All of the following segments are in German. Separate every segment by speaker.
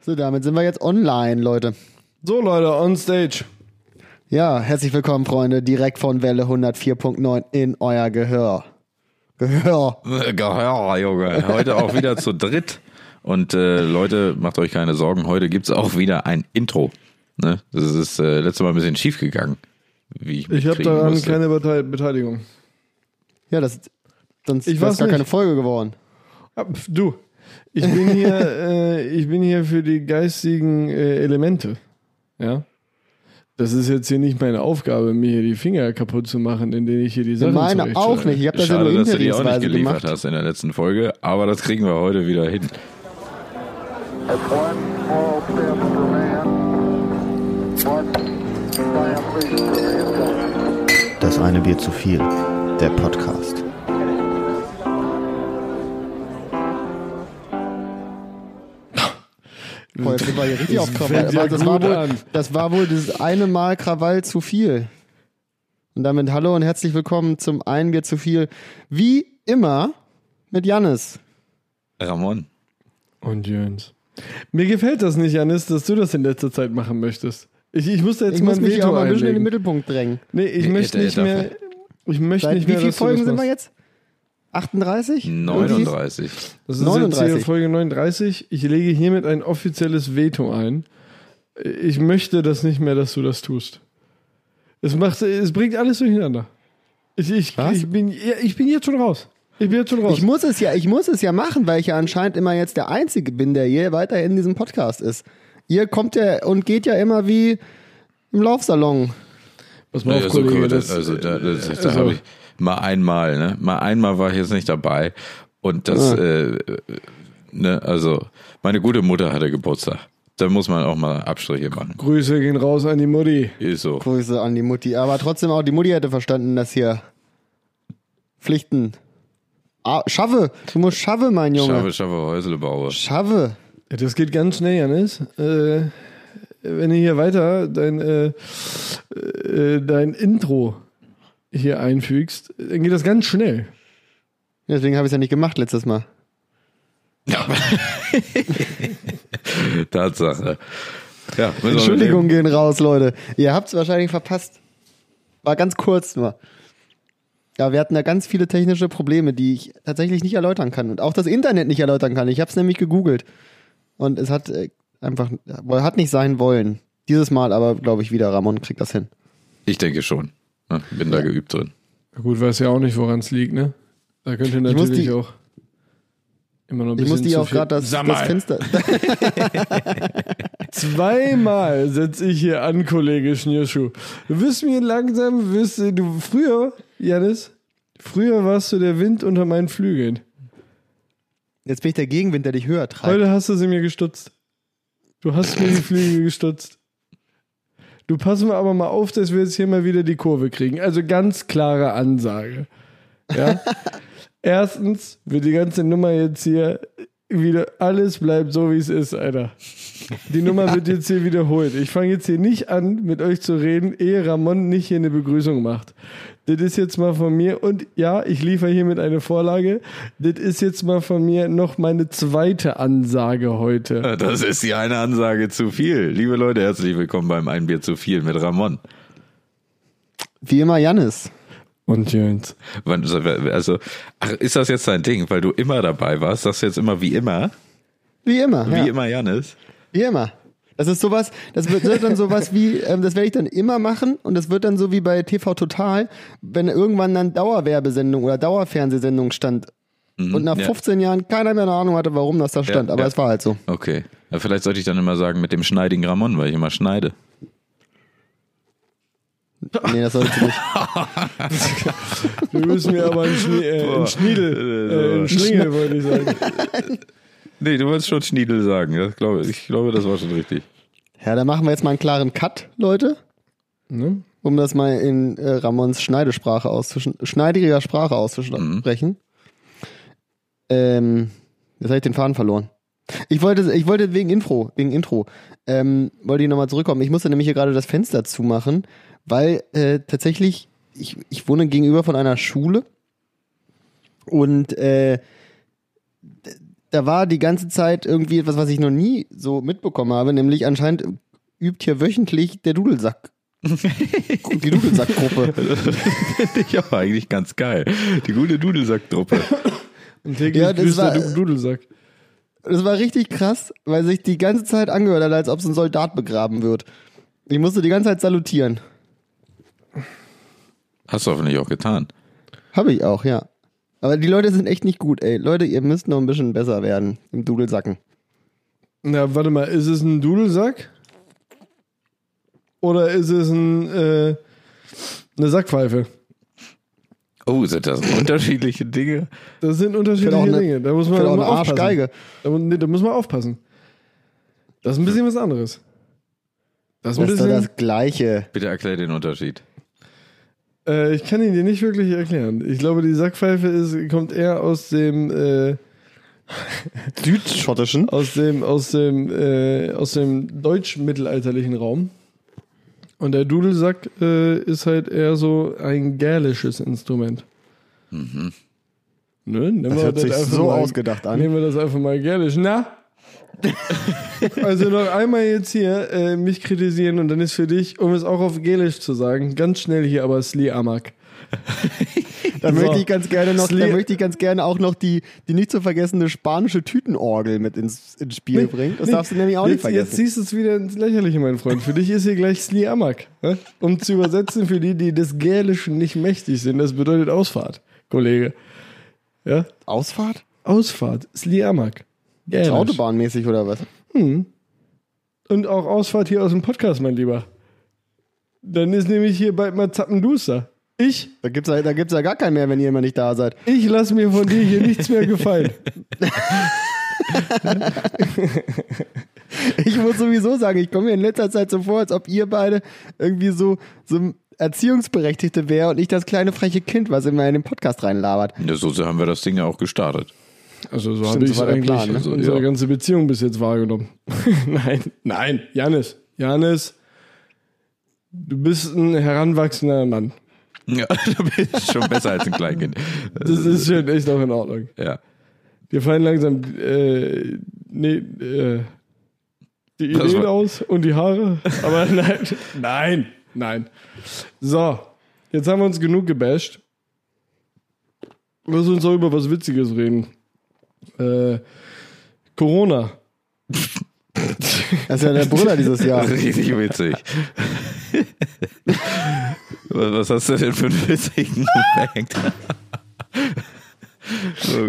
Speaker 1: So, damit sind wir jetzt online, Leute.
Speaker 2: So, Leute, on stage.
Speaker 1: Ja, herzlich willkommen, Freunde, direkt von Welle 104.9 in euer Gehör. Gehör.
Speaker 3: Gehör, Junge. Heute auch wieder zu dritt. Und äh, Leute, macht euch keine Sorgen, heute gibt's auch wieder ein Intro. Ne? Das ist äh, letztes Mal ein bisschen schief gegangen, wie ich
Speaker 2: Ich habe
Speaker 3: mitkriegen
Speaker 2: daran
Speaker 3: musste.
Speaker 2: keine Bete- Beteiligung.
Speaker 1: Ja, das sonst
Speaker 2: Ich
Speaker 1: wär's
Speaker 2: weiß
Speaker 1: gar
Speaker 2: nicht.
Speaker 1: keine Folge geworden.
Speaker 2: Ah, pf, Du, ich bin hier, äh, ich bin hier für die geistigen äh, Elemente. Ja. Das ist jetzt hier nicht meine Aufgabe, mir hier die Finger kaputt zu machen, indem ich hier die Sachen
Speaker 1: Meine auch
Speaker 2: zurechtschneide.
Speaker 1: nicht. Ich habe das ja
Speaker 3: Schade,
Speaker 1: nur
Speaker 3: dass du die auch nicht
Speaker 1: interimsweise
Speaker 3: geliefert
Speaker 1: gemacht.
Speaker 3: hast in der letzten Folge, aber das kriegen wir heute wieder hin.
Speaker 4: That's one small step for man, one giant leap for mankind.
Speaker 5: Das eine Bier zu viel. Der Podcast.
Speaker 1: Boah, jetzt sind wir hier richtig auf Krawall.
Speaker 2: fängt ja
Speaker 1: Aber das, war
Speaker 2: gut
Speaker 1: wohl,
Speaker 2: an.
Speaker 1: das war wohl das eine Mal Krawall zu viel. Und damit hallo und herzlich willkommen zum einen Bier zu viel. Wie immer mit Jannis.
Speaker 3: Ramon,
Speaker 2: Und Jöns. Mir gefällt das nicht, Janis, dass du das in letzter Zeit machen möchtest. Ich, ich muss da jetzt
Speaker 1: Ich
Speaker 2: mal
Speaker 1: muss
Speaker 2: ein
Speaker 1: mich hier auch
Speaker 2: Veto
Speaker 1: mal ein bisschen in den
Speaker 2: einlegen.
Speaker 1: Mittelpunkt drängen.
Speaker 2: Nee, ich
Speaker 3: Nee,
Speaker 2: möchte
Speaker 3: hätte er
Speaker 2: nicht mehr.
Speaker 3: dafür.
Speaker 2: Ich möchte
Speaker 1: Seit
Speaker 2: nicht
Speaker 1: wie
Speaker 2: mehr.
Speaker 1: viele
Speaker 2: dass du
Speaker 1: Folgen
Speaker 2: das
Speaker 1: sind wir
Speaker 2: machst.
Speaker 1: jetzt? 38? Irgendwie?
Speaker 3: 39.
Speaker 2: Das ist
Speaker 1: 39.
Speaker 2: jetzt hier Folge 39. Ich lege hiermit ein offizielles Veto ein. Ich möchte das nicht mehr, dass du das tust. Es macht, es bringt alles durcheinander. Ich, ich,
Speaker 1: Was?
Speaker 2: ich, bin, ja, ich bin jetzt schon raus. Ich bin jetzt schon raus.
Speaker 1: Ich muss es ja, ich muss es ja machen, weil ich ja anscheinend immer jetzt der Einzige bin, der hier weiter in diesem Podcast ist. Ihr kommt ja und geht ja immer wie im Laufsalon.
Speaker 2: Pass mal
Speaker 3: Naja,
Speaker 2: auf,
Speaker 3: so
Speaker 2: Kollege,
Speaker 3: cool,
Speaker 2: das-
Speaker 3: das, also da, das, da
Speaker 2: also-
Speaker 3: habe ich mal einmal, ne? Mal einmal war ich jetzt nicht dabei. Und das, äh, ne, also meine gute Mutter hatte Geburtstag. Da muss man auch mal Abstriche machen.
Speaker 2: Grüße gehen raus an die Mutti.
Speaker 3: Ist so.
Speaker 1: Grüße an die Mutti. Aber trotzdem auch die Mutti hätte verstanden, dass hier Pflichten. Ah, schaffe! Du musst schaffe, mein Junge.
Speaker 3: Schaffe, schaffe, Häuslebaue.
Speaker 1: Schaffe.
Speaker 2: Ja, Das geht ganz schnell, Janis. Äh, wenn du hier weiter dein, äh, äh, dein Intro hier einfügst, dann geht das ganz schnell.
Speaker 1: Deswegen habe ich es ja nicht gemacht letztes Mal.
Speaker 3: Ja. Tatsache. Ja, müssen wir
Speaker 1: Entschuldigung gehen raus, Leute. Ihr habt es wahrscheinlich verpasst. War ganz kurz nur. Ja, wir hatten da ganz viele technische Probleme, die ich tatsächlich nicht erläutern kann und auch das Internet nicht erläutern kann. Ich habe es nämlich gegoogelt und es hat äh, einfach hat nicht sein wollen. Dieses Mal aber glaube ich wieder Ramon kriegt das hin.
Speaker 3: mit- Ich denke schon. Ja, Bin da geübt drin.
Speaker 2: Na gut, weiß ja auch nicht, woran es liegt, ne? Da könnte
Speaker 1: muss
Speaker 2: natürlich
Speaker 1: die-
Speaker 2: auch immer noch ein
Speaker 1: Ich
Speaker 2: bisschen
Speaker 1: muss die
Speaker 2: zu
Speaker 1: auch
Speaker 2: viel-
Speaker 1: gerade das,
Speaker 3: Sag mal.
Speaker 1: das Fenster.
Speaker 2: Zweimal setze ich hier an, Kollege Schnürschuh. Du wirst mir langsam, wirst du- du früher, Janis, früher warst du der Wind unter meinen Flügeln.
Speaker 1: Jetzt bin ich der Gegenwind, der dich höher treibt.
Speaker 2: Heute hast du sie mir gestutzt. Du hast mir die Flügel gestutzt. Du passen wir aber mal auf, dass wir jetzt hier mal wieder die Kurve kriegen. Also ganz klare Ansage. Ja? Erstens wird die ganze Nummer jetzt hier wieder, alles bleibt so, wie es ist, Alter. Die Nummer wird jetzt hier wiederholt. Ich fange jetzt hier nicht an, mit euch zu reden, ehe Ramon nicht hier eine Begrüßung macht. Das ist jetzt mal von mir und ja, ich liefere hiermit eine Vorlage. Das ist jetzt mal von mir noch meine zweite Ansage heute.
Speaker 3: Äh, Das ist die eine Ansage zu viel. Liebe Leute, herzlich willkommen beim Ein Bier zu viel mit Ramon.
Speaker 1: Wie immer Jannis.
Speaker 2: Und Jöns.
Speaker 3: Wann- Also, ach, ist das jetzt dein Ding, weil du immer dabei warst? Sagst du jetzt immer wie immer?
Speaker 1: Wie immer. ja.
Speaker 3: Wie immer, Janis?
Speaker 1: Wie immer. Das ist sowas, das wird wird dann sowas wie, ähm, das werde ich dann immer machen und das wird dann so wie bei TV Total, wenn irgendwann dann Dauerwerbesendung oder Dauerfernsehsendung stand und nach
Speaker 3: Mhm, ja.
Speaker 1: 15 Jahren keiner mehr eine Ahnung hatte, warum das da stand, aber
Speaker 3: ja.
Speaker 1: es war halt so.
Speaker 3: Okay. Ja, vielleicht sollte ich dann immer sagen mit dem schneidigen Ramon, weil ich immer schneide.
Speaker 1: Nee, das sollte nicht.
Speaker 2: Wir müssen mir aber einen, Schnie, äh,
Speaker 3: Oh.
Speaker 2: einen Schniedel, äh, einen Schlingel, wollte ich sagen.
Speaker 3: Nee, du wolltest schon Schniedel sagen. Das glaube, ich Ich glaube, das war schon richtig.
Speaker 1: Ja, dann machen wir jetzt mal einen klaren Cut, Leute,
Speaker 2: Ne?
Speaker 1: um das mal in äh, Ramons Schneidesprache auszuschen, schneidiger Sprache auszusprechen. Ähm, jetzt habe ich den Faden verloren. Ich wollte, ich wollte wegen Intro, wegen Intro, ähm, wollte ich nochmal zurückkommen. Ich musste nämlich hier gerade das Fenster zumachen, weil äh, tatsächlich, ich, ich wohne gegenüber von einer Schule und äh, d- da war die ganze Zeit irgendwie etwas, was ich noch nie so mitbekommen habe, nämlich anscheinend übt hier wöchentlich der Dudelsack. die Dudelsack-Gruppe.
Speaker 3: Finde ich aber eigentlich ganz geil. Die gute Dudelsack-Truppe.
Speaker 2: Und täglich
Speaker 1: Ja, das
Speaker 2: grüßt
Speaker 1: war-
Speaker 2: der Dum- Dudelsack.
Speaker 1: Das war richtig krass, weil sich die ganze Zeit angehört hat, als ob es ein Soldat begraben wird. Ich musste die ganze Zeit salutieren.
Speaker 3: Hast du hoffentlich auch getan.
Speaker 1: Habe ich auch, ja. Aber die Leute sind echt nicht gut, ey. Leute, ihr müsst noch ein bisschen besser werden im Dudelsacken.
Speaker 2: Na, warte mal, ist es ein Dudelsack? Oder ist es ein, äh, eine Sackpfeife?
Speaker 3: Oh, sind das unterschiedliche Dinge?
Speaker 2: Das sind
Speaker 1: Könnte
Speaker 2: unterschiedliche
Speaker 1: auch eine-
Speaker 2: Dinge. Da muss man
Speaker 1: könnte auch
Speaker 2: da muss
Speaker 1: eine
Speaker 2: man aufpassen.
Speaker 1: Arschgeige.
Speaker 2: Da, mu- nee, da muss man aufpassen. Das ist ein bisschen was anderes. Das ist ein
Speaker 1: Das ist doch
Speaker 2: bisschen.
Speaker 1: das Gleiche.
Speaker 3: Bitte erklär den Unterschied.
Speaker 2: Äh, ich kann ihn dir nicht wirklich erklären. Ich glaube, die Sackpfeife ist, kommt eher aus dem, äh,
Speaker 1: Südschottischen.
Speaker 2: aus dem, aus dem, äh, aus dem deutsch-mittelalterlichen Raum. Und der Dudelsack äh, ist halt eher so ein gälisches Instrument. Mhm. Ne? Nehmen
Speaker 1: Das
Speaker 2: wir
Speaker 1: hört sich
Speaker 2: einfach
Speaker 1: so
Speaker 2: mal-
Speaker 1: ausgedacht an.
Speaker 2: Nehmen wir das einfach mal gälisch. Na? also noch einmal jetzt hier äh, mich kritisieren und dann ist für dich, um es auch auf gälisch zu sagen, ganz schnell hier aber Sli Amak.
Speaker 1: Da
Speaker 2: So.
Speaker 1: möchte ich ganz gerne noch, da
Speaker 2: Sli-
Speaker 1: möchte ich ganz gerne auch noch die, die nicht zu vergessene spanische Tütenorgel mit ins, ins Spiel bringen. Das
Speaker 2: Nee,
Speaker 1: darfst du nämlich auch
Speaker 2: jetzt,
Speaker 1: nicht vergessen.
Speaker 2: Jetzt ziehst du es wieder ins Lächerliche, mein Freund. Für dich ist hier gleich Sli Amak. Ne? Um zu übersetzen, für die, die des Gälischen nicht mächtig sind, das bedeutet Ausfahrt, Kollege. Ja?
Speaker 1: Ausfahrt?
Speaker 2: Ausfahrt, Sli Amak. Gälisch.
Speaker 1: Ist Autobahnmäßig oder was?
Speaker 2: Und auch Ausfahrt hier aus dem Podcast, mein Lieber. Dann ist nämlich hier bald mal Zappenduster. Ich,
Speaker 1: Da gibt's ja, da gibt's ja gar keinen mehr, wenn ihr immer nicht da seid.
Speaker 2: ich lasse mir von dir hier nichts mehr gefallen.
Speaker 1: Ich muss sowieso sagen, ich komme mir in letzter Zeit so vor, als ob ihr beide irgendwie so, so Erziehungsberechtigte wäre und ich das kleine freche Kind, was immer in den Podcast reinlabert.
Speaker 3: Ja, so haben wir das Ding ja auch gestartet.
Speaker 2: Also so
Speaker 1: Stimmt,
Speaker 2: habe
Speaker 1: so
Speaker 2: ich
Speaker 1: war der
Speaker 2: eigentlich
Speaker 1: Plan, ne?
Speaker 2: so,
Speaker 3: Ja.
Speaker 2: unsere ganze Beziehung bis jetzt wahrgenommen. nein, nein, Janis, Janis, du bist ein heranwachsender Mann.
Speaker 3: Ja, du bist schon besser als ein Kleinkind.
Speaker 2: Das ist schon echt auch in Ordnung.
Speaker 3: Ja.
Speaker 2: Wir fallen langsam äh, nee, äh, die
Speaker 3: Das
Speaker 2: Ideen
Speaker 3: war-
Speaker 2: aus und die Haare, aber nein, nein, nein. So, jetzt haben wir uns genug gebasht. Lass uns doch über was Witziges reden. Äh, Corona.
Speaker 1: Das ist ja der Brüller dieses Jahr.
Speaker 3: Richtig witzig. was, was hast du denn für einen witzigen Fact?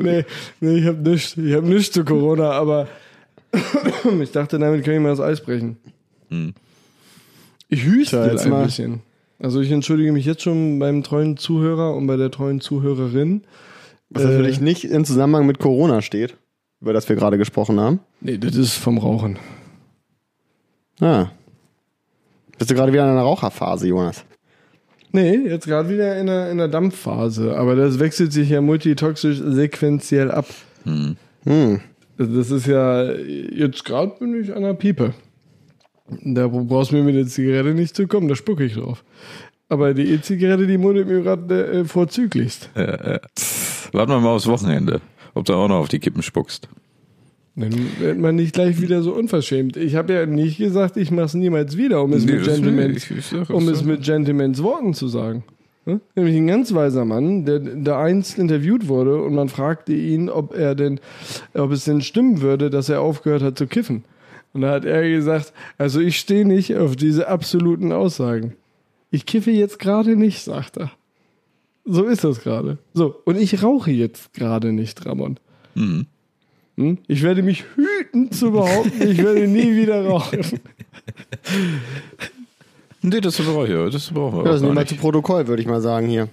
Speaker 2: nee, nee, ich hab nichts. Ich hab nichts zu Corona, aber ich dachte, damit kann ich mal das Eis brechen. Ich
Speaker 1: Tja,
Speaker 2: hüstel
Speaker 1: jetzt
Speaker 2: Hm. ein
Speaker 1: mal.
Speaker 2: bisschen. Also ich entschuldige mich jetzt schon beim treuen Zuhörer und bei der treuen Zuhörerin.
Speaker 1: Was natürlich nicht im Zusammenhang mit Corona steht, über das wir gerade gesprochen haben.
Speaker 2: Nee, das ist vom Rauchen.
Speaker 1: Ah. Bist du gerade wieder in einer Raucherphase, Jonas?
Speaker 2: Nee, jetzt gerade wieder in der, in der Dampfphase. Aber das wechselt sich ja multitoxisch sequenziell ab.
Speaker 3: Hm.
Speaker 2: Also Das ist ja, jetzt gerade bin ich an der Piepe. Da brauchst du mir mit der Zigarette nicht zu kommen, da spucke ich drauf. Aber die E-Zigarette, die mundet mir gerade äh, vorzüglichst.
Speaker 3: Warten wir mal aufs Wochenende, ob du auch noch auf die Kippen spuckst.
Speaker 2: Dann wird man nicht gleich wieder so unverschämt. Ich habe ja nicht gesagt, ich mache es niemals wieder, um es,
Speaker 3: Nee,
Speaker 2: mit,
Speaker 3: das-
Speaker 2: Gentlemans,
Speaker 3: ich- ich sag es
Speaker 2: um es
Speaker 3: so.
Speaker 2: mit Gentlemans Worten zu sagen. Ne? Nämlich ein ganz weiser Mann, der, der einst interviewt wurde und man fragte ihn, ob er denn, ob es denn stimmen würde, dass er aufgehört hat zu kiffen. Und da hat er gesagt, also ich stehe nicht auf diese absoluten Aussagen. Ich kiffe jetzt gerade nicht, sagt er. So ist das gerade. So, und ich rauche jetzt gerade nicht, Ramon. Hm? Ich werde mich hüten zu behaupten, ich werde nie wieder rauchen.
Speaker 3: Nee, das brauche ich, das brauchen wir
Speaker 1: Ja,
Speaker 3: auch
Speaker 1: das nehmen
Speaker 3: Oh, gar
Speaker 1: wir zu
Speaker 3: nicht.
Speaker 1: Protokoll, würde ich mal sagen hier.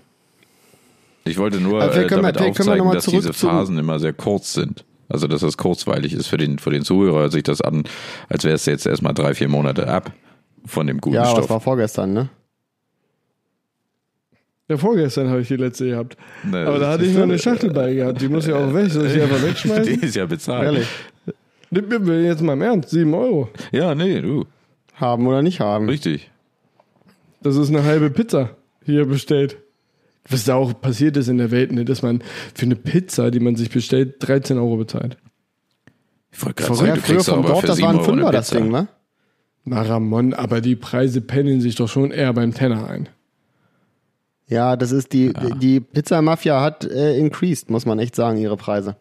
Speaker 3: Ich wollte nur
Speaker 1: Aber vielleicht
Speaker 3: äh,
Speaker 1: können wir-
Speaker 3: damit
Speaker 1: vielleicht können wir
Speaker 3: aufzeigen,
Speaker 1: nochmal
Speaker 3: dass diese
Speaker 1: zurück zu-
Speaker 3: Phasen immer sehr kurz sind. Also, dass das kurzweilig ist für den, für den Zuhörer, hört sich das an, als wäre es jetzt erstmal drei, vier Monate ab von dem guten
Speaker 1: Ja, aber das
Speaker 3: Stoff.
Speaker 1: war vorgestern, ne?
Speaker 2: Ja, vorgestern habe ich die letzte gehabt.
Speaker 3: Nee,
Speaker 2: Aber da
Speaker 3: das
Speaker 2: hatte
Speaker 3: ist-
Speaker 2: ich noch eine Schachtel bei gehabt. Die muss ja auch weg. Soll ich die einfach
Speaker 3: Die
Speaker 2: wegschmeißen?
Speaker 3: ist ja bezahlt.
Speaker 1: Ehrlich.
Speaker 2: Nimm mir jetzt mal im Ernst. 7 Euro.
Speaker 3: Ja, nee, du.
Speaker 1: Haben oder nicht haben.
Speaker 3: Richtig.
Speaker 2: Das ist eine halbe Pizza hier bestellt. Was da auch passiert ist in der Welt, ne, dass man für eine Pizza, die man sich bestellt, 13 Euro bezahlt.
Speaker 3: Ich
Speaker 1: Verrückt,
Speaker 3: wollte gerade sagen, du
Speaker 1: früher
Speaker 3: kriegst
Speaker 1: vom
Speaker 3: aber
Speaker 1: Dorf,
Speaker 3: für
Speaker 1: das
Speaker 3: sieben
Speaker 1: war ein
Speaker 3: Euro eine
Speaker 1: Fünfer, das
Speaker 3: Pizza.
Speaker 1: Ding, ne?
Speaker 2: Na Ramon, aber die Preise pendeln sich doch schon eher beim Tenner ein.
Speaker 1: Ja, das ist die, die Pizza-Mafia hat äh, increased, muss man echt sagen, ihre Preise.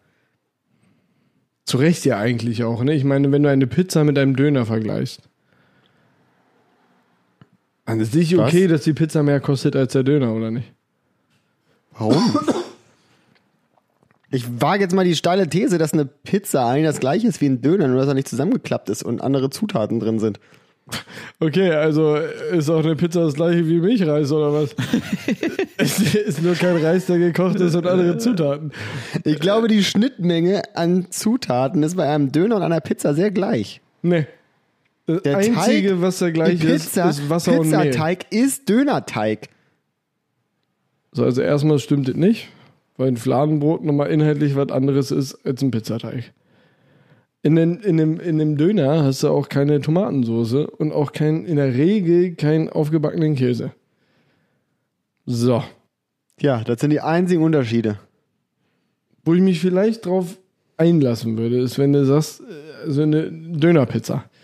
Speaker 2: Zu Recht ja eigentlich auch, ne? Ich meine, wenn du eine Pizza mit einem Döner vergleichst. Dann ist nicht
Speaker 1: Was?
Speaker 2: okay, dass die Pizza mehr kostet als der Döner, oder nicht?
Speaker 1: Warum? Ich wage jetzt mal die steile These, dass eine Pizza eigentlich das gleiche ist wie ein Döner, nur dass er nicht zusammengeklappt ist und andere Zutaten drin sind.
Speaker 2: Okay, also ist auch eine Pizza das gleiche wie Milchreis, oder was? es ist nur kein Reis, der gekocht ist und
Speaker 1: Äh.
Speaker 2: andere Zutaten.
Speaker 1: Ich glaube, die Schnittmenge an Zutaten ist bei einem Döner und einer Pizza sehr gleich.
Speaker 2: Nee. Das
Speaker 1: Der
Speaker 2: Einzige,
Speaker 1: Teig,
Speaker 2: was da
Speaker 1: Die
Speaker 2: gleich ist,
Speaker 1: Pizza,
Speaker 2: ist Wasser und Mehl.
Speaker 1: Pizzateig ist Dönerteig.
Speaker 2: So, also erstmal stimmt es nicht, weil ein Fladenbrot nochmal inhaltlich was anderes ist als ein Pizzateig. In, den, in, dem, in dem Döner hast du auch keine Tomatensoße und auch kein, in der Regel keinen aufgebackenen Käse. So,
Speaker 1: Ja, das sind die einzigen Unterschiede.
Speaker 2: wo ich mich vielleicht drauf einlassen würde, ist, wenn du sagst, äh, so eine Dönerpizza.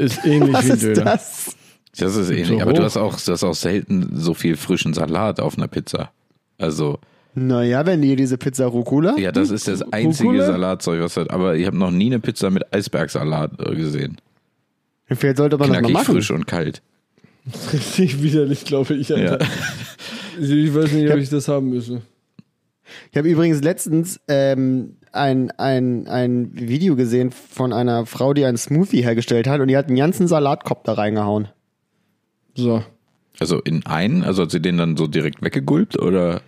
Speaker 2: Ist ähnlich
Speaker 1: Was
Speaker 2: wie ein
Speaker 1: ist
Speaker 2: Döner.
Speaker 1: das?
Speaker 3: Das ist ähnlich.
Speaker 2: So
Speaker 3: aber du
Speaker 2: hoch.
Speaker 3: hast, auch, du hast auch selten so viel frischen Salat auf einer Pizza. Also,
Speaker 1: Naja, wenn die diese Pizza Hm? Rucola.
Speaker 3: ja, das ist das einzige
Speaker 2: Rucola?
Speaker 3: Salatzeug, was das Aber ich habe noch nie eine Pizza mit Eisbergsalat äh, gesehen.
Speaker 1: Vielleicht sollte man das mal
Speaker 3: Knackig,
Speaker 1: machen.
Speaker 3: frisch und kalt.
Speaker 2: Richtig widerlich, glaube ich. Alter. Also Ich weiß nicht, ob ich das haben müsste.
Speaker 1: Ich habe übrigens letztens ähm, ein, ein, ein Video gesehen von einer Frau, die einen Smoothie hergestellt hat und die hat einen ganzen Salatkorb da reingehauen.
Speaker 2: So.
Speaker 3: Also in einen? Also hat sie den dann so direkt weggegulpt oder?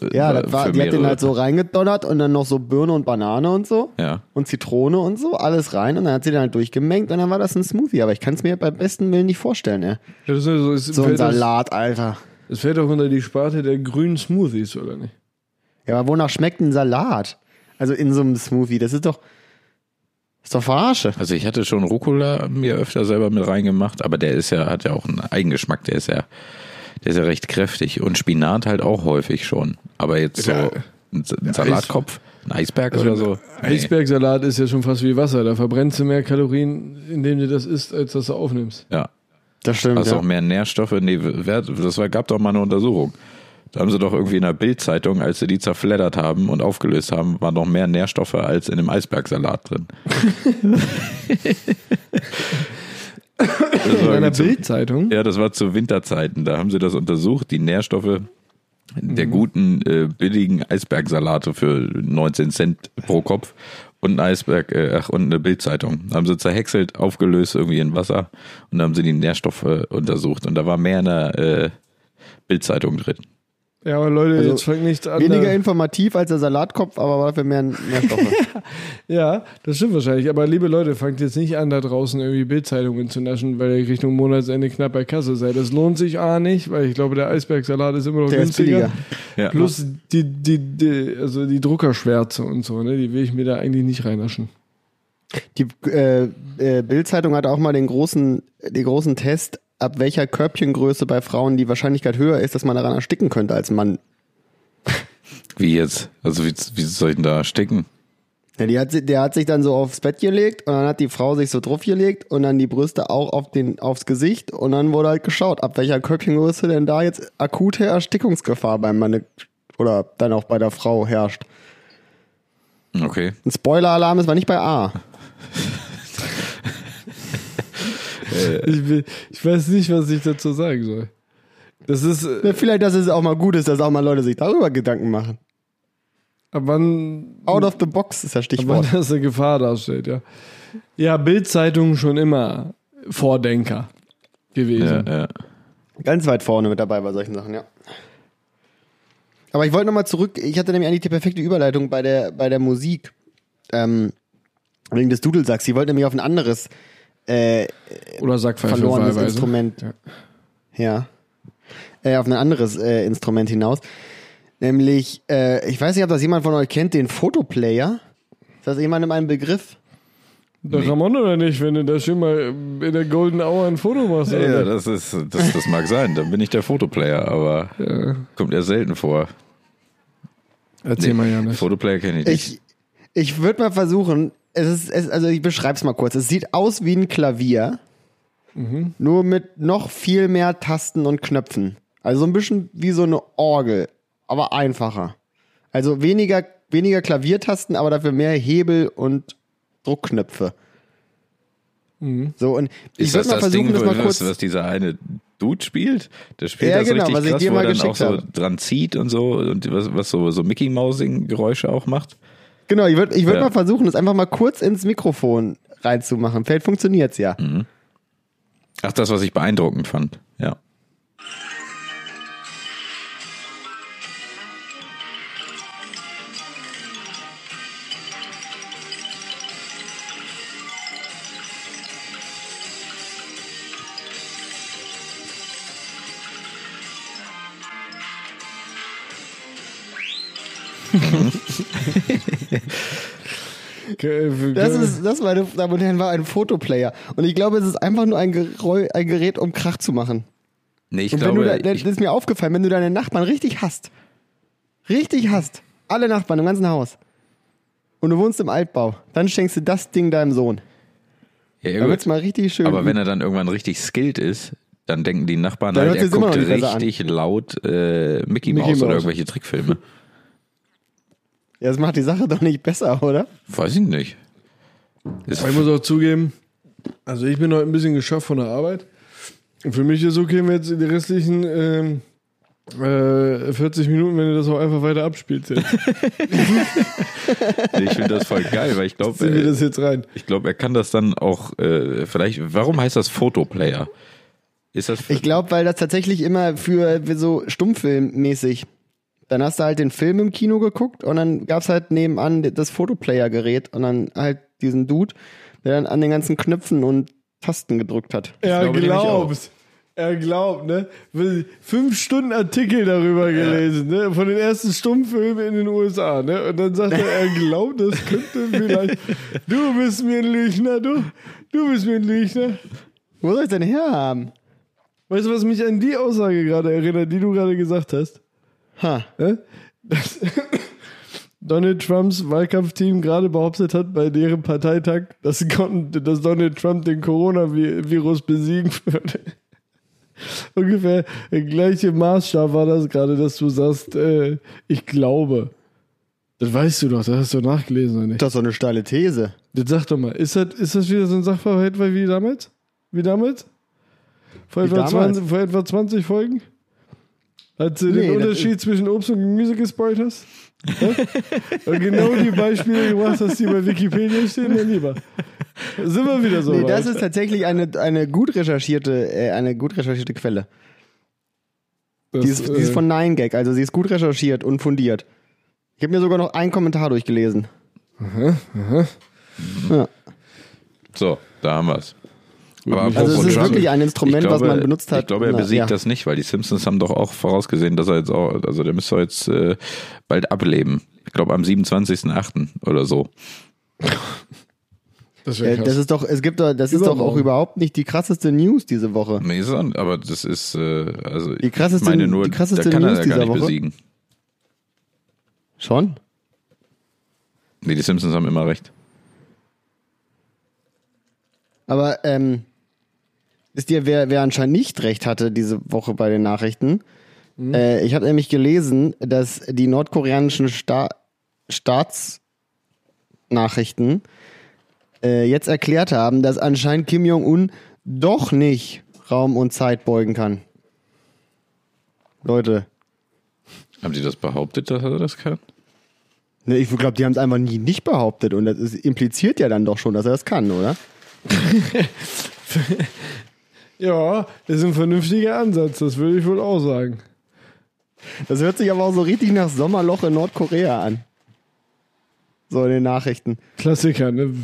Speaker 3: äh,
Speaker 1: Ja, das war,
Speaker 3: für
Speaker 1: die hat den
Speaker 3: mehrere?
Speaker 1: halt so reingedonnert und dann noch so Birne und Banane und so.
Speaker 3: Ja.
Speaker 1: Und Zitrone und so, alles rein. Und dann hat sie den halt durchgemengt und dann war das ein Smoothie. Aber ich kann es mir beim besten Willen nicht vorstellen, ey.
Speaker 2: Ja, das ist also, es
Speaker 1: So ein
Speaker 2: fällt das-
Speaker 1: Salat, Alter.
Speaker 2: Es fällt doch unter die Sparte der grünen Smoothies, oder nicht?
Speaker 1: Ja, aber wonach schmeckt ein Salat? Also in so einem Smoothie. Das ist doch. Ist doch Verarsche.
Speaker 3: Also ich hatte schon Rucola mir öfter selber mit reingemacht, aber der ist ja, hat ja auch einen Eigengeschmack, der ist ja, der ist ja recht kräftig. Und Spinat halt auch häufig schon. Aber jetzt so
Speaker 2: Ja. Also
Speaker 3: ein, Sa- ein Salatkopf, ein Eisberg oder so. Nee.
Speaker 2: Eisbergsalat ist ja schon fast wie Wasser. Da verbrennst du mehr Kalorien, indem du das isst, als dass du aufnimmst.
Speaker 3: Ja.
Speaker 1: Das stimmt.
Speaker 3: Hast
Speaker 1: ja.
Speaker 3: auch mehr Nährstoffe? Nee, wer, das war, gab doch mal eine Untersuchung. Da haben sie doch irgendwie in der Bildzeitung, als sie die zerfleddert haben und aufgelöst haben, waren noch mehr Nährstoffe als in dem Eisbergsalat drin. Das war
Speaker 2: In einer
Speaker 3: irgendwie zu-
Speaker 2: Bildzeitung?
Speaker 3: Ja, das war zu Winterzeiten. Da haben sie das untersucht, die Nährstoffe der guten, äh, billigen Eisbergsalate für 19 Cent pro Kopf und ein Eisberg, äh, ach, und eine Bildzeitung. Da haben sie zerhäckselt, aufgelöst irgendwie in Wasser und haben sie die Nährstoffe äh, untersucht. Und da war mehr in der äh, Bildzeitung drin.
Speaker 2: Ja, aber Leute,
Speaker 1: Also,
Speaker 2: jetzt fängt nicht an.
Speaker 1: Weniger
Speaker 2: da-
Speaker 1: informativ als der Salatkopf, aber dafür mehr Nährstoffe.
Speaker 2: ja, das stimmt wahrscheinlich. Aber liebe Leute, fangt jetzt nicht an, da draußen irgendwie Bildzeitungen zu naschen, weil ihr Richtung Monatsende knapp bei Kasse seid. Das lohnt sich A nicht, weil ich glaube, der Eisbergsalat ist immer noch
Speaker 1: Der ist
Speaker 2: günstiger.
Speaker 1: billiger.
Speaker 3: Ja.
Speaker 2: Plus die, die, die, also die Druckerschwärze und so, ne? die will ich mir da eigentlich nicht reinnaschen.
Speaker 1: Die äh, äh, Bild-Zeitung hat auch mal den großen, den großen Test, ab welcher Körbchengröße bei Frauen die Wahrscheinlichkeit höher ist, dass man daran ersticken könnte als Mann.
Speaker 3: Wie jetzt? Also wie, wie soll ich denn da stecken?
Speaker 1: Ja, die hat, si- der hat sich dann so aufs Bett gelegt und dann hat die Frau sich so drauf gelegt und dann die Brüste auch auf den, aufs Gesicht und dann wurde halt geschaut, ab welcher Körbchengröße denn da jetzt akute Erstickungsgefahr beim Mann oder dann auch bei der Frau herrscht.
Speaker 3: Okay.
Speaker 1: Ein Spoiler-Alarm, es war nicht bei A. Äh.
Speaker 2: Ich, will, ich weiß nicht, was ich dazu sagen soll. Das ist, äh,
Speaker 1: Ja, Vielleicht, dass es auch mal gut ist, dass auch mal Leute sich darüber Gedanken machen.
Speaker 2: ab wann, ab
Speaker 1: Out of the box ist das
Speaker 2: wann
Speaker 1: Stichwort.
Speaker 2: das eine Gefahr darstellt, ja. Ja, Bildzeitung schon immer Vordenker
Speaker 3: Ja,
Speaker 2: gewesen.
Speaker 3: ja.
Speaker 1: Ganz weit vorne mit dabei bei solchen Sachen, ja. Aber ich wollte nochmal zurück, ich hatte nämlich eigentlich die perfekte Überleitung bei der, bei der Musik. Ähm, wegen des Dudelsacks. Sie wollten nämlich auf ein anderes äh,
Speaker 2: Oder Sackpfeife
Speaker 1: verlorenes
Speaker 2: wahlweise.
Speaker 1: Instrument. Ja.
Speaker 2: Ja.
Speaker 1: Äh, auf ein anderes äh, Instrument hinaus. Nämlich, äh, ich weiß nicht, ob das jemand von euch kennt, den Fotoplayer. Ist das jemandem ein Begriff?
Speaker 2: Der Ramon oder nicht, wenn du da schon mal in der Golden Hour ein Foto machst.
Speaker 3: Ja,
Speaker 2: oder?
Speaker 3: das ist, das, das mag sein. Dann bin ich der Fotoplayer, aber kommt eher selten vor.
Speaker 2: Erzähl mal, Janis.
Speaker 3: Fotoplayer kenne ich nicht.
Speaker 1: Ich, Ich würde mal versuchen, es ist, es, also ich beschreibe es mal kurz. Es sieht aus wie ein Klavier, nur mit noch viel mehr Tasten und Knöpfen. Also so ein bisschen wie so eine Orgel, aber einfacher. Also weniger, weniger Klaviertasten, aber dafür mehr Hebel und Druckknöpfe. So, und ich
Speaker 3: Ist das
Speaker 1: würde mal
Speaker 3: das
Speaker 1: versuchen,
Speaker 3: Ding,
Speaker 1: das mal kurz.
Speaker 3: was, was dieser eine Dude spielt? Der spielt
Speaker 1: Ja,
Speaker 3: das
Speaker 1: genau,
Speaker 3: richtig
Speaker 1: was ich
Speaker 3: krass,
Speaker 1: dir
Speaker 3: wo
Speaker 1: mal
Speaker 3: er dann auch
Speaker 1: geschickt
Speaker 3: so
Speaker 1: habe.
Speaker 3: dran zieht und so und was, was so, so Mickey Mousing Geräusche auch macht.
Speaker 1: Genau, ich würde ich würd
Speaker 3: Ja.
Speaker 1: mal versuchen, das einfach mal kurz ins Mikrofon reinzumachen. Vielleicht funktioniert's ja.
Speaker 3: Ach, das, was ich beeindruckend fand. Ja.
Speaker 2: äh,
Speaker 1: Das ist, das, meine Damen und Herren, war ein Fotoplayer. Und ich glaube, es ist einfach nur ein, Gereu ein Gerät, um Krach zu machen.
Speaker 3: Nee, ich
Speaker 1: Und
Speaker 3: glaube,
Speaker 1: wenn du, da,
Speaker 3: ich,
Speaker 1: das ist mir aufgefallen, wenn du deine Nachbarn richtig hasst, richtig hasst, alle Nachbarn im ganzen Haus, und du wohnst im Altbau, dann schenkst du das Ding deinem Sohn.
Speaker 3: ja,
Speaker 1: Dann
Speaker 3: gut.
Speaker 1: wird's mal richtig schön.
Speaker 3: Aber wenn er dann irgendwann richtig skilled ist, dann denken die Nachbarn
Speaker 1: Dann
Speaker 3: halt,
Speaker 1: hört
Speaker 3: er
Speaker 1: sich's immer
Speaker 3: guckt
Speaker 1: noch nicht besser an.
Speaker 3: richtig laut äh, Mickey, Mouse
Speaker 1: Mouse.
Speaker 3: oder irgendwelche Trickfilme.
Speaker 1: ja, das macht die Sache doch nicht besser, oder?
Speaker 3: Weiß ich nicht. Ist,
Speaker 2: Aber Ich muss auch zugeben, also ich bin heute ein bisschen geschafft von der Arbeit. Und für mich ist okay, wenn wir jetzt die restlichen ähm, äh, 40 Minuten, wenn du das auch einfach weiter abspielst. Jetzt
Speaker 3: ich finde das voll geil, weil ich glaube,
Speaker 2: ziehen wir
Speaker 3: äh,
Speaker 2: das jetzt rein.
Speaker 3: ich glaube, er kann das dann auch äh, vielleicht. Warum heißt das Fotoplayer? Ist das?
Speaker 1: Ich glaube, weil das tatsächlich immer für für so stummfilmmäßig. Dann hast du halt den Film im Kino geguckt und dann gab's halt nebenan das Fotoplayer-Gerät und dann halt diesen Dude, der dann an den ganzen Knöpfen und Tasten gedrückt hat.
Speaker 2: Er
Speaker 3: glaube nämlich auch.
Speaker 2: glaubt. Er glaubt, ne? Will- Fünf Stunden Artikel darüber gelesen, ne? Von den ersten Stummfilmen in den USA, ne? Und dann sagt er, er glaubt, das könnte vielleicht. Du bist mir ein Lüchner, du. Du bist mir ein Lüchner.
Speaker 1: Wo soll ich denn herhaben?
Speaker 2: Weißt du, was mich an die Aussage gerade erinnert, die du gerade gesagt hast?
Speaker 1: Ha.
Speaker 2: Hä? Dass Donald Trumps Wahlkampfteam gerade behauptet hat bei deren Parteitag, dass, Gon- dass Donald Trump den Coronavirus besiegen würde. Ungefähr der gleiche Maßstab war das gerade, dass du sagst, äh, ich glaube. Das weißt du doch, das hast du nachgelesen, oder nicht?
Speaker 1: Das ist so eine steile These.
Speaker 2: Jetzt sag doch mal, ist das, ist das wieder so ein Sachverhalt weil wie damals? Wie damals? Vor,
Speaker 1: Wie
Speaker 2: etwa,
Speaker 1: damals?
Speaker 2: 20, vor etwa 20 Folgen? Als du
Speaker 1: Nee,
Speaker 2: den
Speaker 1: das
Speaker 2: Unterschied zwischen Obst und Gemüse gespoilt hast? Hä? und genau die Beispiele gemacht hast, die bei Wikipedia stehen, dann lieber. Sind wir wieder so
Speaker 1: Nee,
Speaker 2: weit.
Speaker 1: das ist tatsächlich eine, eine gut recherchierte, äh, eine gut recherchierte Quelle.
Speaker 2: Das, äh,
Speaker 1: Die ist, die ist von 9gag, also sie ist gut recherchiert und fundiert. Ich habe mir sogar noch einen Kommentar durchgelesen.
Speaker 3: so, da haben wir's. Aber
Speaker 1: Also
Speaker 3: apropos
Speaker 1: es ist
Speaker 3: Trump,
Speaker 1: wirklich ein Instrument,
Speaker 3: ich
Speaker 1: was man benutzt hat.
Speaker 3: Ich glaube, er
Speaker 1: Na,
Speaker 3: besiegt
Speaker 1: ja.
Speaker 3: das nicht, weil die Simpsons haben doch auch vorausgesehen, dass er jetzt auch, also der müsste jetzt äh, bald ableben. Ich glaube am 27.8. oder so.
Speaker 2: das
Speaker 1: Äh,
Speaker 2: wäre krass.
Speaker 1: das ist doch, es gibt doch, das ist doch auch
Speaker 2: Übermorgen.
Speaker 1: überhaupt nicht die krasseste News diese Woche.
Speaker 3: Nee, ist an, aber das ist, äh, also
Speaker 1: Die krasseste-
Speaker 3: ich meine nur,
Speaker 1: die krasseste
Speaker 3: da kann
Speaker 1: News
Speaker 3: er ja
Speaker 1: dieser
Speaker 3: gar nicht
Speaker 1: Woche.
Speaker 3: besiegen.
Speaker 1: Schon?
Speaker 3: Nee, die Simpsons haben immer recht.
Speaker 1: Aber ähm, wisst ihr, wer, wer anscheinend nicht recht hatte diese Woche bei den Nachrichten? Äh, ich habe nämlich gelesen, dass die nordkoreanischen Sta Staatsnachrichten äh, jetzt erklärt haben, dass anscheinend Kim Jong-un doch nicht Raum und Zeit beugen kann. Leute,
Speaker 3: Haben sie das behauptet, dass er das kann?
Speaker 1: ne, ich glaube, die haben es einfach nie nicht behauptet und das ist, impliziert ja dann doch schon, dass er das kann, oder?
Speaker 2: ja, ist ein vernünftiger Ansatz, das würde ich wohl auch sagen.
Speaker 1: Das hört sich aber auch so richtig nach Sommerloch in Nordkorea an. So in den Nachrichten.
Speaker 2: Klassiker, ne?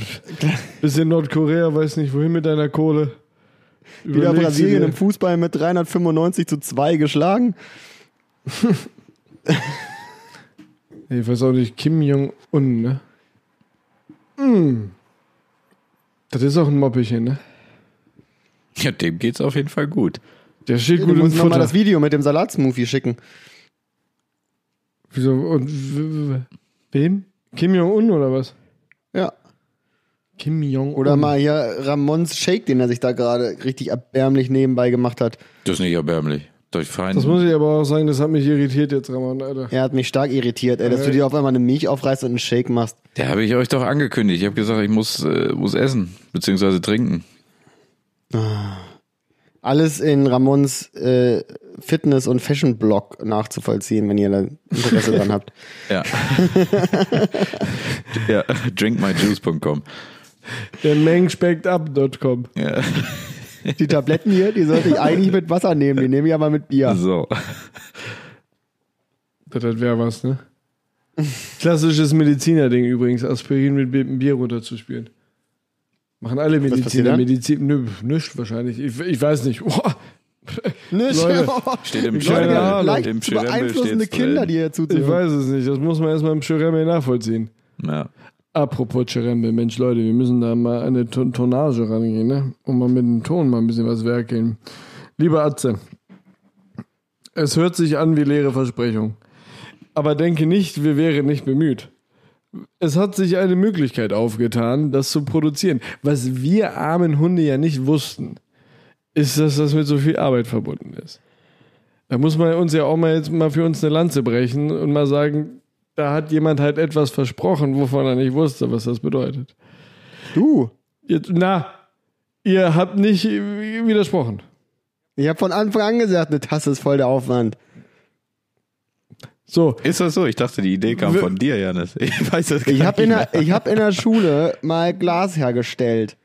Speaker 2: Bisschen Nordkorea, weiß nicht, wohin mit deiner Kohle.
Speaker 1: Wieder
Speaker 2: Überlegst du
Speaker 1: Brasilien
Speaker 2: dir-
Speaker 1: im Fußball mit 395 zu 2 geschlagen.
Speaker 2: Ich weiß auch nicht, Kim Jong-un, ne? Mm. Das ist auch ein Moppelchen, ne?
Speaker 3: Ja, dem geht's auf jeden Fall gut.
Speaker 2: Der steht
Speaker 1: Du
Speaker 2: gut im
Speaker 1: musst nochmal
Speaker 2: Futter.
Speaker 1: das Video mit dem Salatsmoothie schicken.
Speaker 2: Wieso? Und w- w- wem? Kim Jong-un oder was?
Speaker 1: Ja.
Speaker 2: Kim Jong-un.
Speaker 1: Oder mal hier Ramons Shake, den er sich da gerade richtig erbärmlich nebenbei gemacht hat.
Speaker 3: Das ist nicht erbärmlich. Durch Fein.
Speaker 2: Das muss ich aber auch sagen, das hat mich irritiert jetzt, Ramon, Alter.
Speaker 1: Er hat mich stark irritiert,
Speaker 2: Äh.
Speaker 1: ey, dass du dir auf einmal eine Milch aufreißt und einen Shake machst.
Speaker 3: Der habe ich euch doch angekündigt. Ich habe gesagt, ich muss, äh, muss essen, beziehungsweise trinken.
Speaker 1: Alles in Ramons äh, Fitness- und Fashion-Blog nachzuvollziehen, wenn ihr da Interesse dran habt.
Speaker 3: Ja. ja. Drinkmyjuice.com.
Speaker 2: Der Mengspectup.com.
Speaker 3: Ja.
Speaker 1: Die Tabletten hier, die sollte ich eigentlich mit Wasser nehmen, die nehme ich aber mit Bier.
Speaker 3: So.
Speaker 2: Das wäre was, ne? Klassisches Mediziner-Ding übrigens, Aspirin mit Bi- Bier runterzuspielen. Machen alle
Speaker 1: passiert
Speaker 2: Mediziner.
Speaker 1: dann?
Speaker 2: Medizin, nö, nischt wahrscheinlich. Ich, ich weiß nicht. Boah.
Speaker 1: Nicht.
Speaker 2: Leute,
Speaker 3: Steht im
Speaker 2: Leute,
Speaker 3: Schrempel.
Speaker 2: ja,
Speaker 1: leicht
Speaker 3: Im
Speaker 1: zu
Speaker 3: Schrempel
Speaker 1: beeinflussende
Speaker 3: steht's drin.
Speaker 1: Kinder, die hier
Speaker 2: Ich
Speaker 1: zuzuhören.
Speaker 2: weiß es nicht. Das muss man erstmal im Schiremme nachvollziehen.
Speaker 3: Ja.
Speaker 2: Apropos Cherembe, Mensch, Leute, wir müssen da mal eine Ton Tonage rangehen, ne? Und mal mit dem Ton mal ein bisschen was werkeln. Lieber Atze, es hört sich an wie leere Versprechung. Aber denke nicht, wir wären nicht bemüht. Es hat sich eine Möglichkeit aufgetan, das zu produzieren. Was wir armen Hunde ja nicht wussten, ist, dass das mit so viel Arbeit verbunden ist. Da muss man uns ja auch mal jetzt mal für uns eine Lanze brechen und mal sagen, da hat jemand halt etwas versprochen, wovon er nicht wusste, was das bedeutet.
Speaker 1: Du,
Speaker 2: Jetzt, na, ihr habt nicht äh, widersprochen.
Speaker 1: ich habe von Anfang an gesagt, eine Tasse ist voll der Aufwand.
Speaker 2: So,
Speaker 3: Ist das so? Ich dachte, die Idee kam
Speaker 2: Wir-
Speaker 3: von dir, Janis. Ich weiß das gar
Speaker 1: Ich habe
Speaker 3: nicht
Speaker 1: in,
Speaker 3: mehr.
Speaker 1: der- ich hab in der Schule mal Glas hergestellt.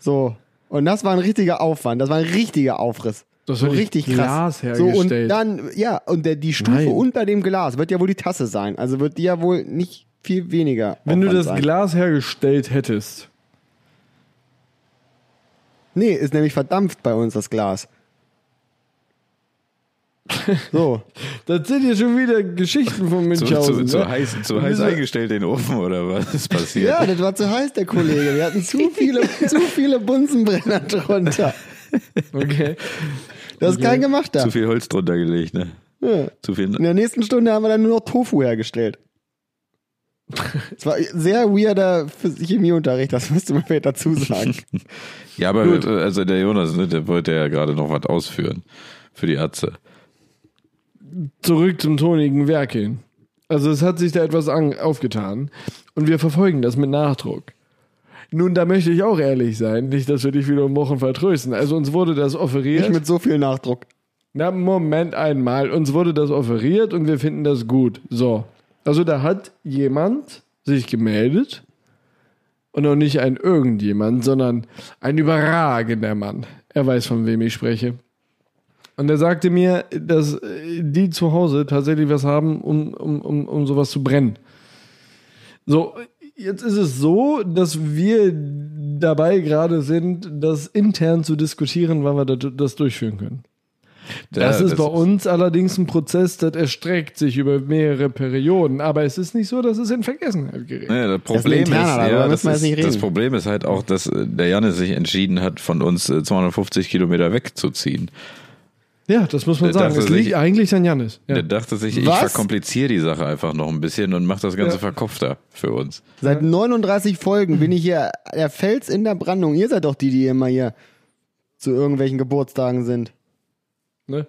Speaker 1: So. Und das war ein richtiger Aufwand. Das war ein richtiger Aufriss.
Speaker 2: Das
Speaker 1: so
Speaker 2: hat die
Speaker 1: richtig krass.
Speaker 2: Glas hergestellt.
Speaker 1: So, und dann, ja, und der, die Stufe
Speaker 2: Nein.
Speaker 1: unter dem Glas wird ja wohl die Tasse sein. Also wird die ja wohl nicht viel weniger.
Speaker 2: wenn du
Speaker 1: Aufwand
Speaker 2: das
Speaker 1: sein.
Speaker 2: Glas hergestellt hättest,
Speaker 1: Nee, ist nämlich verdampft bei uns das Glas. So.
Speaker 2: das sind ja schon wieder Geschichten von
Speaker 3: zu, zu,
Speaker 2: Münchhausen.
Speaker 3: zu
Speaker 2: ne?
Speaker 3: heiß, zu
Speaker 2: Und
Speaker 3: heiß
Speaker 2: diese-
Speaker 3: eingestellt den Ofen oder was ist passiert?
Speaker 1: Ja, das war zu heiß, der Kollege. Wir hatten zu viele, zu viele Bunsenbrenner drunter.
Speaker 2: Okay.
Speaker 1: Das ist kein gemachter.
Speaker 3: Zu viel Holz drunter gelegt, ne? Zu viel.
Speaker 1: In der nächsten Stunde haben wir dann nur noch Tofu hergestellt. Es war sehr weirder Phys- Chemieunterricht, das müsste man vielleicht dazu sagen.
Speaker 3: Ja, aber äh, also der Jonas, ne, der wollte ja gerade noch was ausführen für die Atze.
Speaker 2: Zurück zum tonigen Werkeln. Also es hat sich da etwas an, aufgetan und wir verfolgen das mit Nachdruck. Nun, da möchte ich auch ehrlich sein, nicht, dass wir dich wieder um Wochen vertrösten. Also uns wurde das offeriert.
Speaker 1: Nicht mit so viel Nachdruck.
Speaker 2: Na, Moment einmal. Uns wurde das offeriert und wir finden das gut. So. Also da hat jemand sich gemeldet und auch nicht ein irgendjemand, sondern ein überragender Mann. Er weiß, von wem ich spreche. Und er sagte mir, dass äh, die zu Hause tatsächlich was haben, um, um, um, um sowas zu brennen. So, jetzt ist es so, dass wir dabei gerade sind, das intern zu diskutieren, wann wir das, das durchführen können. Das
Speaker 3: Ja,
Speaker 2: ist bei uns allerdings ein Prozess, das erstreckt sich über mehrere Perioden. Aber es ist nicht so, dass es in Vergessenheit gerät.
Speaker 3: Ne, das Problem ist,
Speaker 1: interner, darüber
Speaker 3: ja, das,
Speaker 1: müssen wir jetzt nicht
Speaker 3: ist
Speaker 1: reden.
Speaker 3: das Problem ist halt auch, dass äh, der Janis sich entschieden hat, von uns äh, 250 Kilometer wegzuziehen.
Speaker 2: Ja, das muss man
Speaker 3: Äh,
Speaker 2: sagen.
Speaker 3: das
Speaker 2: Es
Speaker 3: ist
Speaker 2: liegt
Speaker 3: nicht-
Speaker 2: eigentlich an Janis. Ja.
Speaker 3: Der dachte sich, ich
Speaker 1: Was?
Speaker 3: verkompliziere die Sache einfach noch ein bisschen und mache das Ganze
Speaker 2: Ja.
Speaker 3: verkopfter für uns.
Speaker 1: Seit 39 Folgen bin ich hier der Fels in der Brandung. Ihr seid doch die, die immer hier zu irgendwelchen Geburtstagen sind.
Speaker 2: Ne?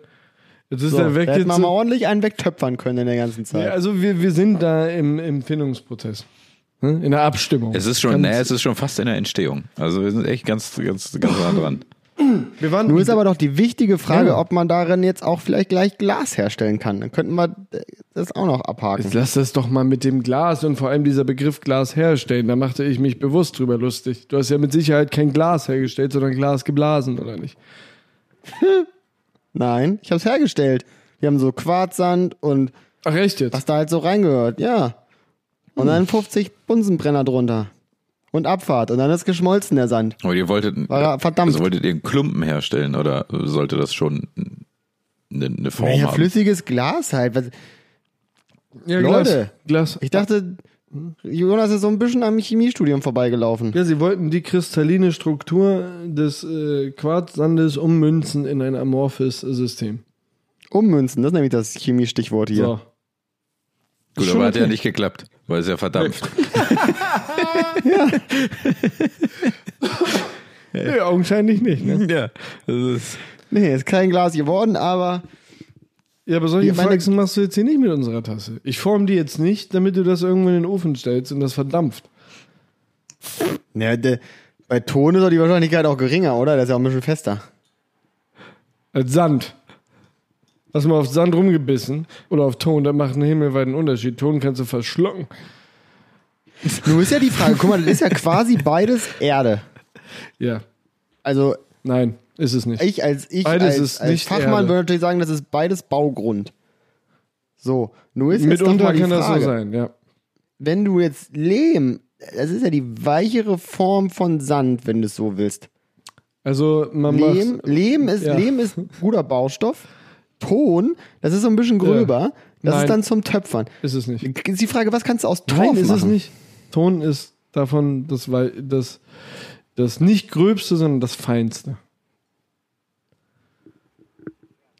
Speaker 2: Jetzt ist
Speaker 1: So,
Speaker 2: er
Speaker 1: da
Speaker 2: weg.
Speaker 1: hätte
Speaker 2: Jetzt
Speaker 1: man mal ordentlich einen wegtöpfern können in der ganzen
Speaker 2: ja,
Speaker 1: Zeit.
Speaker 2: also wir, wir sind da im, im Findungsprozess. Ne? In der Abstimmung.
Speaker 3: Es ist schon,
Speaker 2: Ganz-
Speaker 3: ne, es ist schon fast in der Entstehung. Also wir sind echt ganz, ganz, ganz nah dran.
Speaker 2: wir waren,
Speaker 1: Nun ist aber doch die wichtige Frage,
Speaker 2: Ja.
Speaker 1: ob man darin jetzt auch vielleicht gleich Glas herstellen kann. Dann könnten wir das auch noch abhaken.
Speaker 2: Jetzt lass das doch mal mit dem Glas und vor allem dieser Begriff Glas herstellen. Da machte ich mich bewusst drüber lustig. Du hast ja mit Sicherheit kein Glas hergestellt, sondern Glas geblasen, oder nicht?
Speaker 1: Nein, ich hab's hergestellt. Wir haben so Quarzsand und
Speaker 2: Ach, echt jetzt?
Speaker 1: was da halt so reingehört, ja. Und dann 50 Bunsenbrenner drunter. Und Abfahrt. Und dann ist geschmolzen der Sand.
Speaker 3: Aber ihr wolltet,
Speaker 1: War ja verdammt.
Speaker 3: also wolltet ihr einen Klumpen herstellen oder sollte das schon eine, eine Form
Speaker 1: Ja,
Speaker 3: haben?
Speaker 1: flüssiges Glas halt. Was-
Speaker 2: Ja,
Speaker 1: Leute,
Speaker 2: Glas. Glas.
Speaker 1: Ich dachte, Jonas ist so ein bisschen am Chemiestudium vorbeigelaufen.
Speaker 2: Ja, sie wollten die kristalline Struktur des äh, Quarzsandes ummünzen in ein amorphes System.
Speaker 1: Ummünzen, das ist nämlich das Chemiestichwort hier.
Speaker 2: So.
Speaker 3: Gut,
Speaker 2: Schon
Speaker 3: aber hat ja
Speaker 2: okay.
Speaker 3: nicht geklappt, weil es ja verdampft.
Speaker 2: Nee, augenscheinlich nicht. Ne?
Speaker 3: ja, das ist.
Speaker 1: Nee, ist kein Glas geworden, aber
Speaker 2: Ja, aber solche
Speaker 1: Ich meine-
Speaker 2: Faxen machst du jetzt hier nicht mit unserer Tasse. Ich form die jetzt nicht, damit du das irgendwo in den Ofen stellst und das verdampft.
Speaker 1: ja, de, bei Ton ist doch die Wahrscheinlichkeit auch geringer, oder? Der ist ja auch ein bisschen fester.
Speaker 2: Als Sand. Hast du mal auf Sand rumgebissen oder auf Ton, da macht einen himmelweiten Unterschied. Ton kannst du verschlucken.
Speaker 1: Nun ist ja die Frage, guck mal, das ist ja quasi beides Erde.
Speaker 2: Ja,
Speaker 1: Also
Speaker 2: nein, ist es nicht.
Speaker 1: ich als ich
Speaker 2: Beides
Speaker 1: als,
Speaker 2: ist
Speaker 1: als
Speaker 2: nicht
Speaker 1: Fachmann
Speaker 2: Erde.
Speaker 1: würde natürlich sagen, das ist beides Baugrund. So, nun ist jetzt doch
Speaker 2: Mitunter
Speaker 1: mal die
Speaker 2: kann das so
Speaker 1: Frage,
Speaker 2: sein, ja.
Speaker 1: wenn du jetzt Lehm, das ist ja die weichere Form von Sand, wenn du es so willst.
Speaker 2: Also man
Speaker 1: Lehm,
Speaker 2: macht.
Speaker 1: Lehm, ist,
Speaker 2: ja.
Speaker 1: Lehm ist guter Baustoff. Ton, das ist so ein bisschen gröber. Das
Speaker 2: Nein.
Speaker 1: ist dann zum Töpfern.
Speaker 2: Ist es nicht.
Speaker 1: Ist die Frage, was kannst du aus Torf
Speaker 2: Nein, ist
Speaker 1: machen?
Speaker 2: es nicht. Ton ist davon das, Wei- das, das nicht gröbste, sondern das feinste.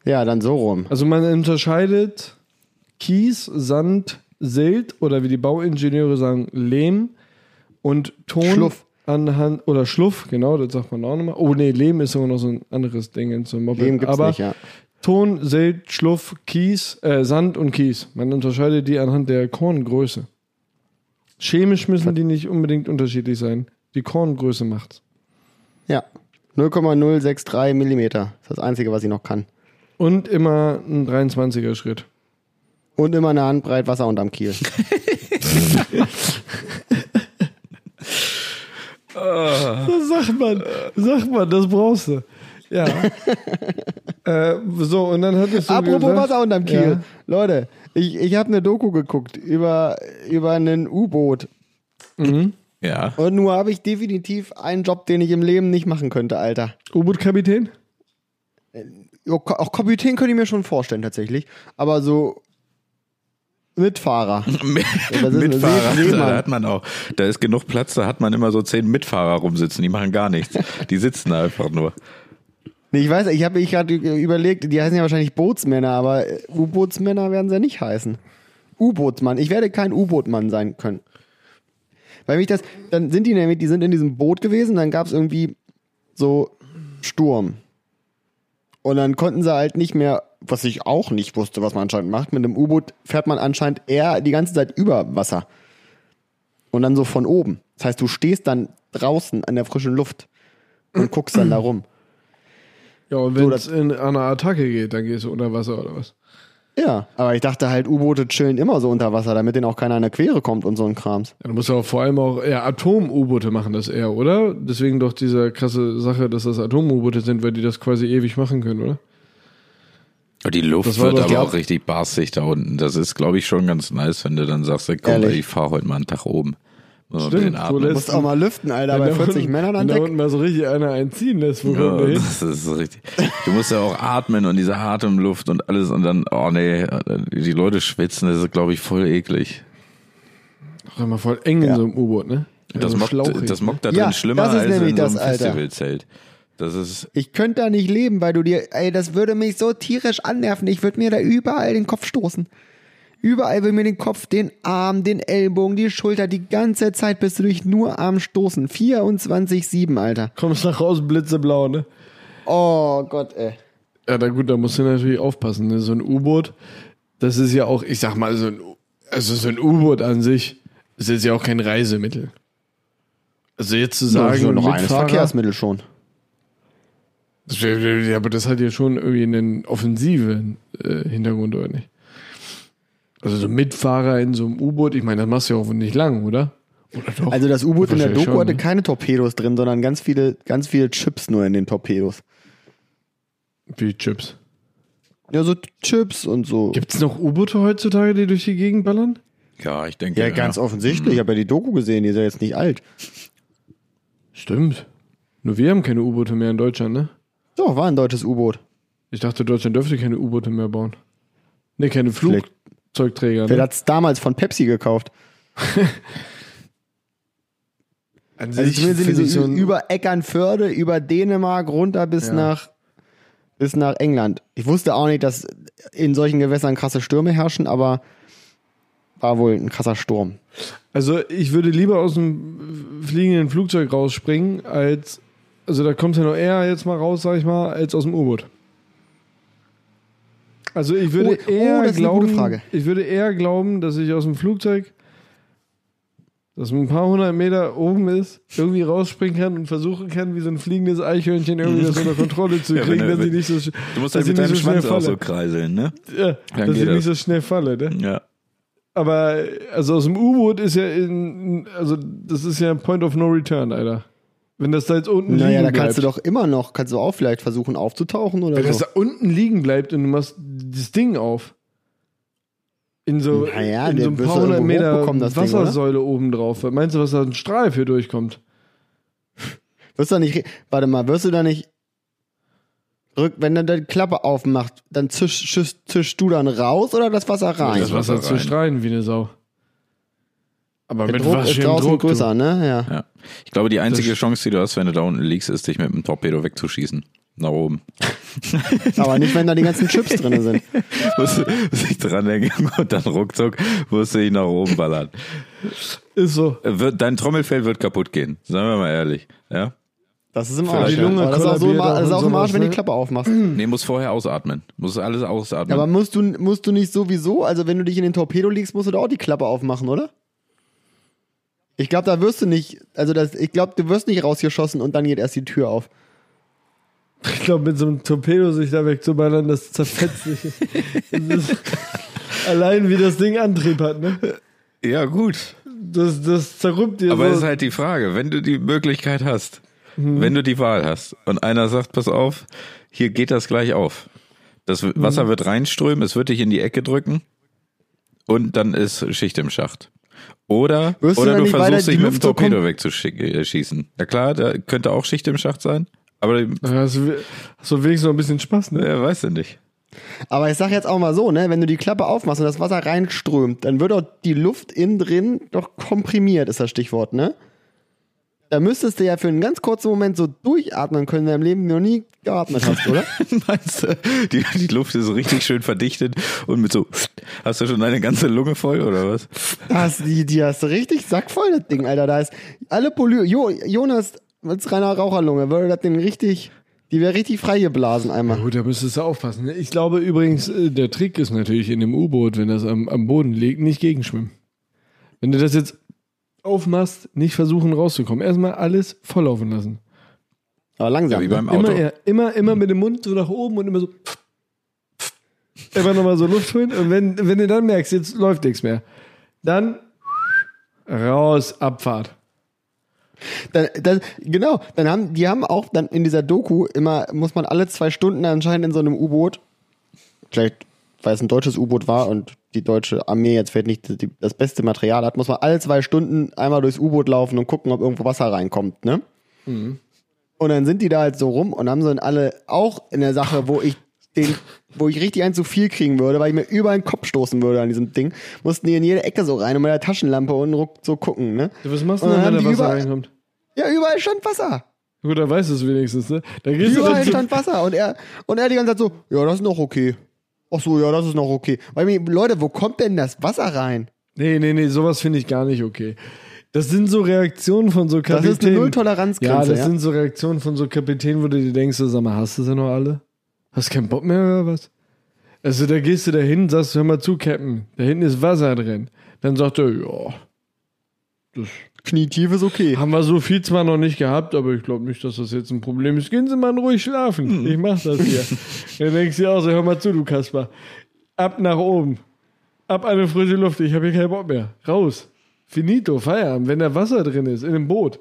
Speaker 1: Ja, dann so rum.
Speaker 2: Also man unterscheidet Kies, Sand, Silt oder wie die Bauingenieure sagen, Lehm und Ton
Speaker 1: Schluff.
Speaker 2: anhand oder Schluff, genau, das sagt man auch nochmal. Oh nee, Lehm ist immer noch so ein anderes Ding zum Moped.
Speaker 1: Lehm gibt's
Speaker 2: Aber
Speaker 1: nicht, ja.
Speaker 2: Ton, Silt, Schluff, Kies, äh, Sand und Kies. Man unterscheidet die anhand der Korngröße. Chemisch müssen die nicht unbedingt unterschiedlich sein. Die Korngröße macht's.
Speaker 1: Ja. 0,063 Millimeter. Das ist das Einzige, was ich noch kann.
Speaker 2: Und immer ein 23er Schritt.
Speaker 1: Und immer eine Handbreit Wasser unterm Kiel.
Speaker 2: Das sagt man, sagt man, das brauchst du. Ja. äh, so, und dann hattest du.
Speaker 1: Apropos
Speaker 2: gesagt,
Speaker 1: Wasser unterm Kiel.
Speaker 2: ne? Ja.
Speaker 1: Leute, ich, ich habe eine Doku geguckt über, über einen U-Boot.
Speaker 3: Ja.
Speaker 1: Und nur habe ich definitiv einen Job, den ich im Leben nicht machen könnte, Alter.
Speaker 2: U-Boot-Kapitän?
Speaker 1: Ja, Ko- Auch Kapitän könnte ich mir schon vorstellen, tatsächlich. Aber so Mitfahrer. das ist ein
Speaker 3: Mitfahrer,
Speaker 1: See- Seemann.
Speaker 3: da hat man auch. Da ist genug Platz, da hat man immer so zehn Mitfahrer rumsitzen, die machen gar nichts. Die sitzen da einfach nur.
Speaker 1: Nee, ich weiß, ich habe ich gerade überlegt, die heißen ja wahrscheinlich Bootsmänner, aber äh, U-Bootsmänner werden sie ja nicht heißen. U-Bootsmann. Ich werde kein U-Bootmann sein können. Weil mich das, dann sind die nämlich, die sind in diesem Boot gewesen, dann gab es irgendwie so Sturm. Und dann konnten sie halt nicht mehr, was ich auch nicht wusste, was man anscheinend macht, mit einem U-Boot fährt man anscheinend eher die ganze Zeit über Wasser. Und dann so von oben. Das heißt, du stehst dann draußen an der frischen Luft und guckst dann da rum.
Speaker 2: Ja, und wenn
Speaker 1: das-
Speaker 2: es in an eine Attacke geht, dann gehst du unter Wasser oder was?
Speaker 1: Ja, aber ich dachte halt, U-Boote chillen immer so unter Wasser, damit denen auch keiner in der Quere kommt und so ein Krams.
Speaker 2: Ja, du musst ja auch vor allem auch eher Atom-U-Boote machen, das eher, oder? Deswegen doch diese krasse Sache, dass das Atom-U-Boote sind, weil die das quasi ewig machen können, oder?
Speaker 3: Die Luft
Speaker 2: Das war
Speaker 3: wird
Speaker 2: doch die
Speaker 3: aber auch
Speaker 2: Au-
Speaker 3: richtig barstig da unten. Das ist, glaube ich, schon ganz nice, wenn du dann sagst, ey, komm,
Speaker 1: Ehrlich?
Speaker 3: ich fahre heute mal einen Tag oben. Muss man
Speaker 2: Stimmt,
Speaker 3: den Abend-
Speaker 2: du lässt-
Speaker 1: Musst auch mal lüften, Alter,
Speaker 2: Wenn
Speaker 1: bei
Speaker 2: da
Speaker 1: 40
Speaker 2: unten-
Speaker 1: Männern an
Speaker 2: wenn Da
Speaker 1: Deck.
Speaker 2: unten mal so richtig einer einziehen lässt, wo kommt der
Speaker 3: Ja,
Speaker 2: hin?
Speaker 3: das ist richtig. Du musst ja auch atmen und diese Atemluft und alles und dann, oh nee, die Leute schwitzen, das ist, glaube ich, voll eklig.
Speaker 2: Ach, immer voll eng in
Speaker 1: Ja.
Speaker 2: so einem U-Boot, ne?
Speaker 3: Das,
Speaker 2: Also
Speaker 3: mockt,
Speaker 2: schlauchig,
Speaker 3: das
Speaker 2: ne?
Speaker 3: mockt da drin
Speaker 1: Ja,
Speaker 3: schlimmer
Speaker 1: das ist
Speaker 3: als in
Speaker 1: nämlich
Speaker 3: so einem
Speaker 1: das, Alter.
Speaker 3: Festivalzelt. Das ist,
Speaker 1: Ich könnte da nicht leben, weil du dir, ey, das würde mich so tierisch annerven. Ich würde mir da überall den Kopf stoßen. Überall will mir den Kopf, den Arm, den Ellbogen, die Schulter, die ganze Zeit bist du dich nur am Stoßen. 24-7, Alter.
Speaker 2: Kommst nach Hause blitzeblau, ne?
Speaker 1: Oh Gott, ey.
Speaker 2: Ja, na gut, da musst du natürlich aufpassen. Ne? So ein U-Boot, das ist ja auch, ich sag mal, so ein, U- also so ein U-Boot an sich ist jetzt ja auch kein Reisemittel. Also jetzt zu
Speaker 1: Das
Speaker 2: sagen,
Speaker 1: ist nur noch eines
Speaker 2: Mitfahrer-
Speaker 1: Verkehrsmittel schon.
Speaker 2: Das wär- wär- ja, aber das hat ja schon irgendwie einen offensiven äh, Hintergrund, oder nicht? Also so Mitfahrer in so einem U-Boot, ich meine, das machst du ja auch nicht lang, oder? Oder doch?
Speaker 1: Also das U-Boot in der
Speaker 2: Wahrscheinlich
Speaker 1: Doku
Speaker 2: schon,
Speaker 1: hatte
Speaker 2: ne?
Speaker 1: keine Torpedos drin, sondern ganz viele, ganz viele Chips nur in den Torpedos.
Speaker 2: Wie Chips.
Speaker 1: Ja, so Chips und so.
Speaker 2: Gibt's noch U-Boote heutzutage, die durch die Gegend ballern?
Speaker 3: ja, ich denke.
Speaker 1: Ja, ganz offensichtlich. Ich habe ja die Doku gesehen, die ist ja jetzt nicht alt.
Speaker 2: Stimmt. Nur wir haben keine U-Boote mehr in Deutschland, ne?
Speaker 1: Doch, war ein deutsches U-Boot.
Speaker 2: Ich dachte, Deutschland dürfte keine U-Boote mehr bauen. Ne, keine Flugzeugträger.
Speaker 1: Wer
Speaker 2: Ne?
Speaker 1: hat's damals von Pepsi gekauft?
Speaker 2: An
Speaker 1: Also zumindest
Speaker 2: find
Speaker 1: sind die
Speaker 2: ich
Speaker 1: so
Speaker 2: ein-
Speaker 1: über Eckernförde, über Dänemark, runter bis
Speaker 2: Ja.
Speaker 1: nach bis nach England. Ich wusste auch nicht, dass in solchen Gewässern krasse Stürme herrschen, aber War wohl ein krasser Sturm.
Speaker 2: Also ich würde lieber aus dem fliegenden Flugzeug rausspringen, als, also da kommt ja noch eher jetzt mal raus, sag ich mal, als aus dem U-Boot. Also ich würde
Speaker 1: Oh, oh,
Speaker 2: eher
Speaker 1: das ist eine
Speaker 2: glauben,
Speaker 1: gute Frage.
Speaker 2: ich würde eher glauben, dass ich aus dem Flugzeug, das ein paar hundert Meter oben ist, irgendwie rausspringen kann und versuchen kann, wie so ein fliegendes Eichhörnchen irgendwie das unter Kontrolle zu
Speaker 3: Ja, wenn
Speaker 2: kriegen,
Speaker 3: er-
Speaker 2: dass ich
Speaker 3: wenn-
Speaker 2: nicht so, sch-
Speaker 3: Du musst
Speaker 2: dass
Speaker 3: halt mit
Speaker 2: ich
Speaker 3: deinem
Speaker 2: nicht so schnell
Speaker 3: Schwanz auch so
Speaker 2: falle,
Speaker 3: kreiseln, ne?
Speaker 2: ja, dass
Speaker 3: Dann geht
Speaker 2: ich
Speaker 3: das.
Speaker 2: nicht so schnell falle, ne?
Speaker 3: Ja.
Speaker 2: Aber also aus dem U-Boot ist ja in, also das ist ja ein Point of No Return, Alter. Wenn das da jetzt unten
Speaker 1: Naja,
Speaker 2: liegen
Speaker 1: da
Speaker 2: bleibt.
Speaker 1: kannst du doch also immer noch, kannst du auch vielleicht versuchen aufzutauchen oder
Speaker 2: Wenn das
Speaker 1: so.
Speaker 2: da unten liegen bleibt und du machst das Ding auf. In so,
Speaker 1: Naja,
Speaker 2: in so
Speaker 1: den
Speaker 2: ein
Speaker 1: wirst
Speaker 2: paar
Speaker 1: du
Speaker 2: hundert
Speaker 1: irgendwo
Speaker 2: Meter
Speaker 1: hochbekommen, das Ding, oder?
Speaker 2: Wassersäule oben drauf. Meinst du, was da ein Strahl für durchkommt?
Speaker 1: Wirst du da nicht, warte mal, wirst du da nicht, rück, wenn dann die Klappe aufmacht, dann zisch, zisch, zischst du dann raus oder das Wasser rein?
Speaker 3: Das Wasser
Speaker 2: Wasser zu
Speaker 3: rein.
Speaker 2: strahlen wie eine Sau. Aber
Speaker 1: Der
Speaker 2: mit
Speaker 1: Druck
Speaker 2: was
Speaker 1: ist
Speaker 2: für einem
Speaker 1: draußen
Speaker 2: Druck.
Speaker 1: größer, ne? Ja.
Speaker 3: Ja. Ich glaube, die einzige
Speaker 2: Das-
Speaker 3: Chance, die du hast, wenn du da unten liegst, ist, dich mit einem Torpedo wegzuschießen. Nach oben.
Speaker 1: Aber nicht, wenn da die ganzen Chips drin sind.
Speaker 3: Musst du dich dranhängen und dann ruckzuck musst du dich nach oben ballern.
Speaker 2: Du. Ist so.
Speaker 3: Äh, Wird, dein Trommelfell wird kaputt gehen. Sagen wir mal ehrlich. Ja?
Speaker 1: Das ist im
Speaker 2: Vielleicht
Speaker 1: Arsch.
Speaker 2: die Lunge
Speaker 1: Aber das ist auch, so im, Arsch-
Speaker 2: kollabiert
Speaker 1: das ist
Speaker 2: auch
Speaker 1: auch im
Speaker 2: und
Speaker 1: Arsch, wenn die
Speaker 2: sowas, ne?
Speaker 1: Klappe aufmachst.
Speaker 3: Nee, musst vorher ausatmen. Musst alles ausatmen.
Speaker 1: Ja, aber musst du, musst du nicht sowieso, also wenn du dich in den Torpedo legst, musst du da auch die Klappe aufmachen, oder? Ich glaube, da wirst du nicht, also das, ich glaube, du wirst nicht rausgeschossen und dann geht erst die Tür auf.
Speaker 2: Ich glaube, mit so einem Torpedo sich da wegzuballern, das zerfetzt sich. Das ist, allein wie das Ding Antrieb hat, ne?
Speaker 3: ja gut.
Speaker 2: Das, das zerrübt dir
Speaker 3: Aber es ist
Speaker 2: so.
Speaker 3: halt die Frage, wenn du die Möglichkeit hast,
Speaker 1: Mhm.
Speaker 3: wenn du die Wahl hast und einer sagt, pass auf, hier geht das gleich auf. Das
Speaker 1: Mhm.
Speaker 3: Wasser wird reinströmen, es wird dich in die Ecke drücken und dann ist Schicht im Schacht. Oder,
Speaker 1: Wirst du
Speaker 3: oder
Speaker 1: dann
Speaker 3: du
Speaker 1: nicht
Speaker 3: versuchst
Speaker 1: weiter
Speaker 3: dich
Speaker 1: die
Speaker 3: mit dem
Speaker 1: Luft so
Speaker 3: Torpedo wegzuschießen. Äh, Ja klar, da könnte auch Schicht im Schacht sein, aber äh,
Speaker 2: Ja, Hast du, hast du wenigstens noch ein bisschen Spaß, ne?
Speaker 3: wer weiß denn nicht.
Speaker 1: Aber ich sag jetzt auch mal so, ne, wenn du die Klappe aufmachst und das Wasser reinströmt, dann wird auch die Luft innen drin doch komprimiert, ist das Stichwort, ne? Da müsstest du ja für einen ganz kurzen Moment so durchatmen können, in deinem Leben noch nie geatmet hast, oder?
Speaker 3: Meinst du, die, die Luft ist richtig schön verdichtet und mit so, hast du schon deine ganze Lunge voll oder was?
Speaker 1: Das, die, die hast du richtig sackvoll, das Ding, Alter. Da ist alle Poly jo Jonas mit reiner Raucherlunge würde das Ding richtig, die wäre richtig freigeblasen
Speaker 2: Na
Speaker 1: einmal.
Speaker 2: gut, da müsstest du aufpassen. ne? Ich glaube übrigens, äh, der Trick ist natürlich in dem U-Boot, wenn das am, am Boden liegt, nicht gegenschwimmen. Wenn du das jetzt aufmachst, nicht versuchen rauszukommen. Erstmal alles volllaufen lassen.
Speaker 1: Aber langsam. ne?
Speaker 3: Ja, wie beim Auto.
Speaker 2: Immer, eher, immer, immer mit dem Mund so nach oben und immer so. Immer nochmal so Luft holen. Und wenn, wenn du dann merkst, jetzt läuft nichts mehr, dann raus, Abfahrt.
Speaker 1: Dann, dann, genau, dann haben, die haben auch dann in dieser Doku immer, muss man alle zwei Stunden anscheinend in so einem U-Boot, vielleicht weil es ein deutsches U-Boot war und die deutsche Armee jetzt vielleicht nicht die, das beste Material hat, muss man alle zwei Stunden einmal durchs U-Boot laufen und gucken, ob irgendwo Wasser reinkommt, ne? Und dann sind die da halt so rum und haben so in alle auch in der Sache, wo ich den, wo ich richtig einen zu viel kriegen würde, weil ich mir über den Kopf stoßen würde an diesem Ding, mussten die in jede Ecke so rein und mit der Taschenlampe und ruck so gucken, ne?
Speaker 2: Was machst du
Speaker 1: Und
Speaker 2: denn, wenn
Speaker 1: haben
Speaker 2: da
Speaker 1: die
Speaker 2: Wasser
Speaker 1: überall-
Speaker 2: reinkommt?
Speaker 1: Ja, überall stand Wasser.
Speaker 2: Gut, da weißt du es wenigstens, ne? Da gehst du
Speaker 1: Überall
Speaker 2: dann so,
Speaker 1: stand Wasser und er und er die ganze Zeit so, ja, das ist noch okay. Ach so, ja, das ist noch okay. Weil mir, Leute, wo kommt denn das Wasser rein?
Speaker 2: Nee, nee, nee, sowas finde ich gar nicht okay. Das sind so Reaktionen von so
Speaker 1: Das
Speaker 2: Kapitänen.
Speaker 1: ist eine
Speaker 2: Ja,
Speaker 1: Nulltoleranzgrenze.
Speaker 2: das
Speaker 1: Ja,
Speaker 2: sind so Reaktionen von so Kapitänen, wo du dir denkst, so, sag mal, hast du sie noch alle? Hast keinen Bock mehr oder was? Also da gehst du da hin, sagst, hör mal zu, Captain, da hinten ist Wasser drin. Dann sagt er, ja,
Speaker 1: Knietief ist okay.
Speaker 2: haben wir so viel zwar noch nicht gehabt, aber ich glaube nicht, dass das jetzt ein Problem ist. Gehen Sie mal ruhig schlafen. Ich mach das hier. Dann denkst du dir auch so, hör mal zu, du Kasper. Ab nach oben. Ab an die frische Luft. Ich habe hier keinen Bock mehr. Raus. Finito, Feierabend, wenn da Wasser drin ist, in dem Boot.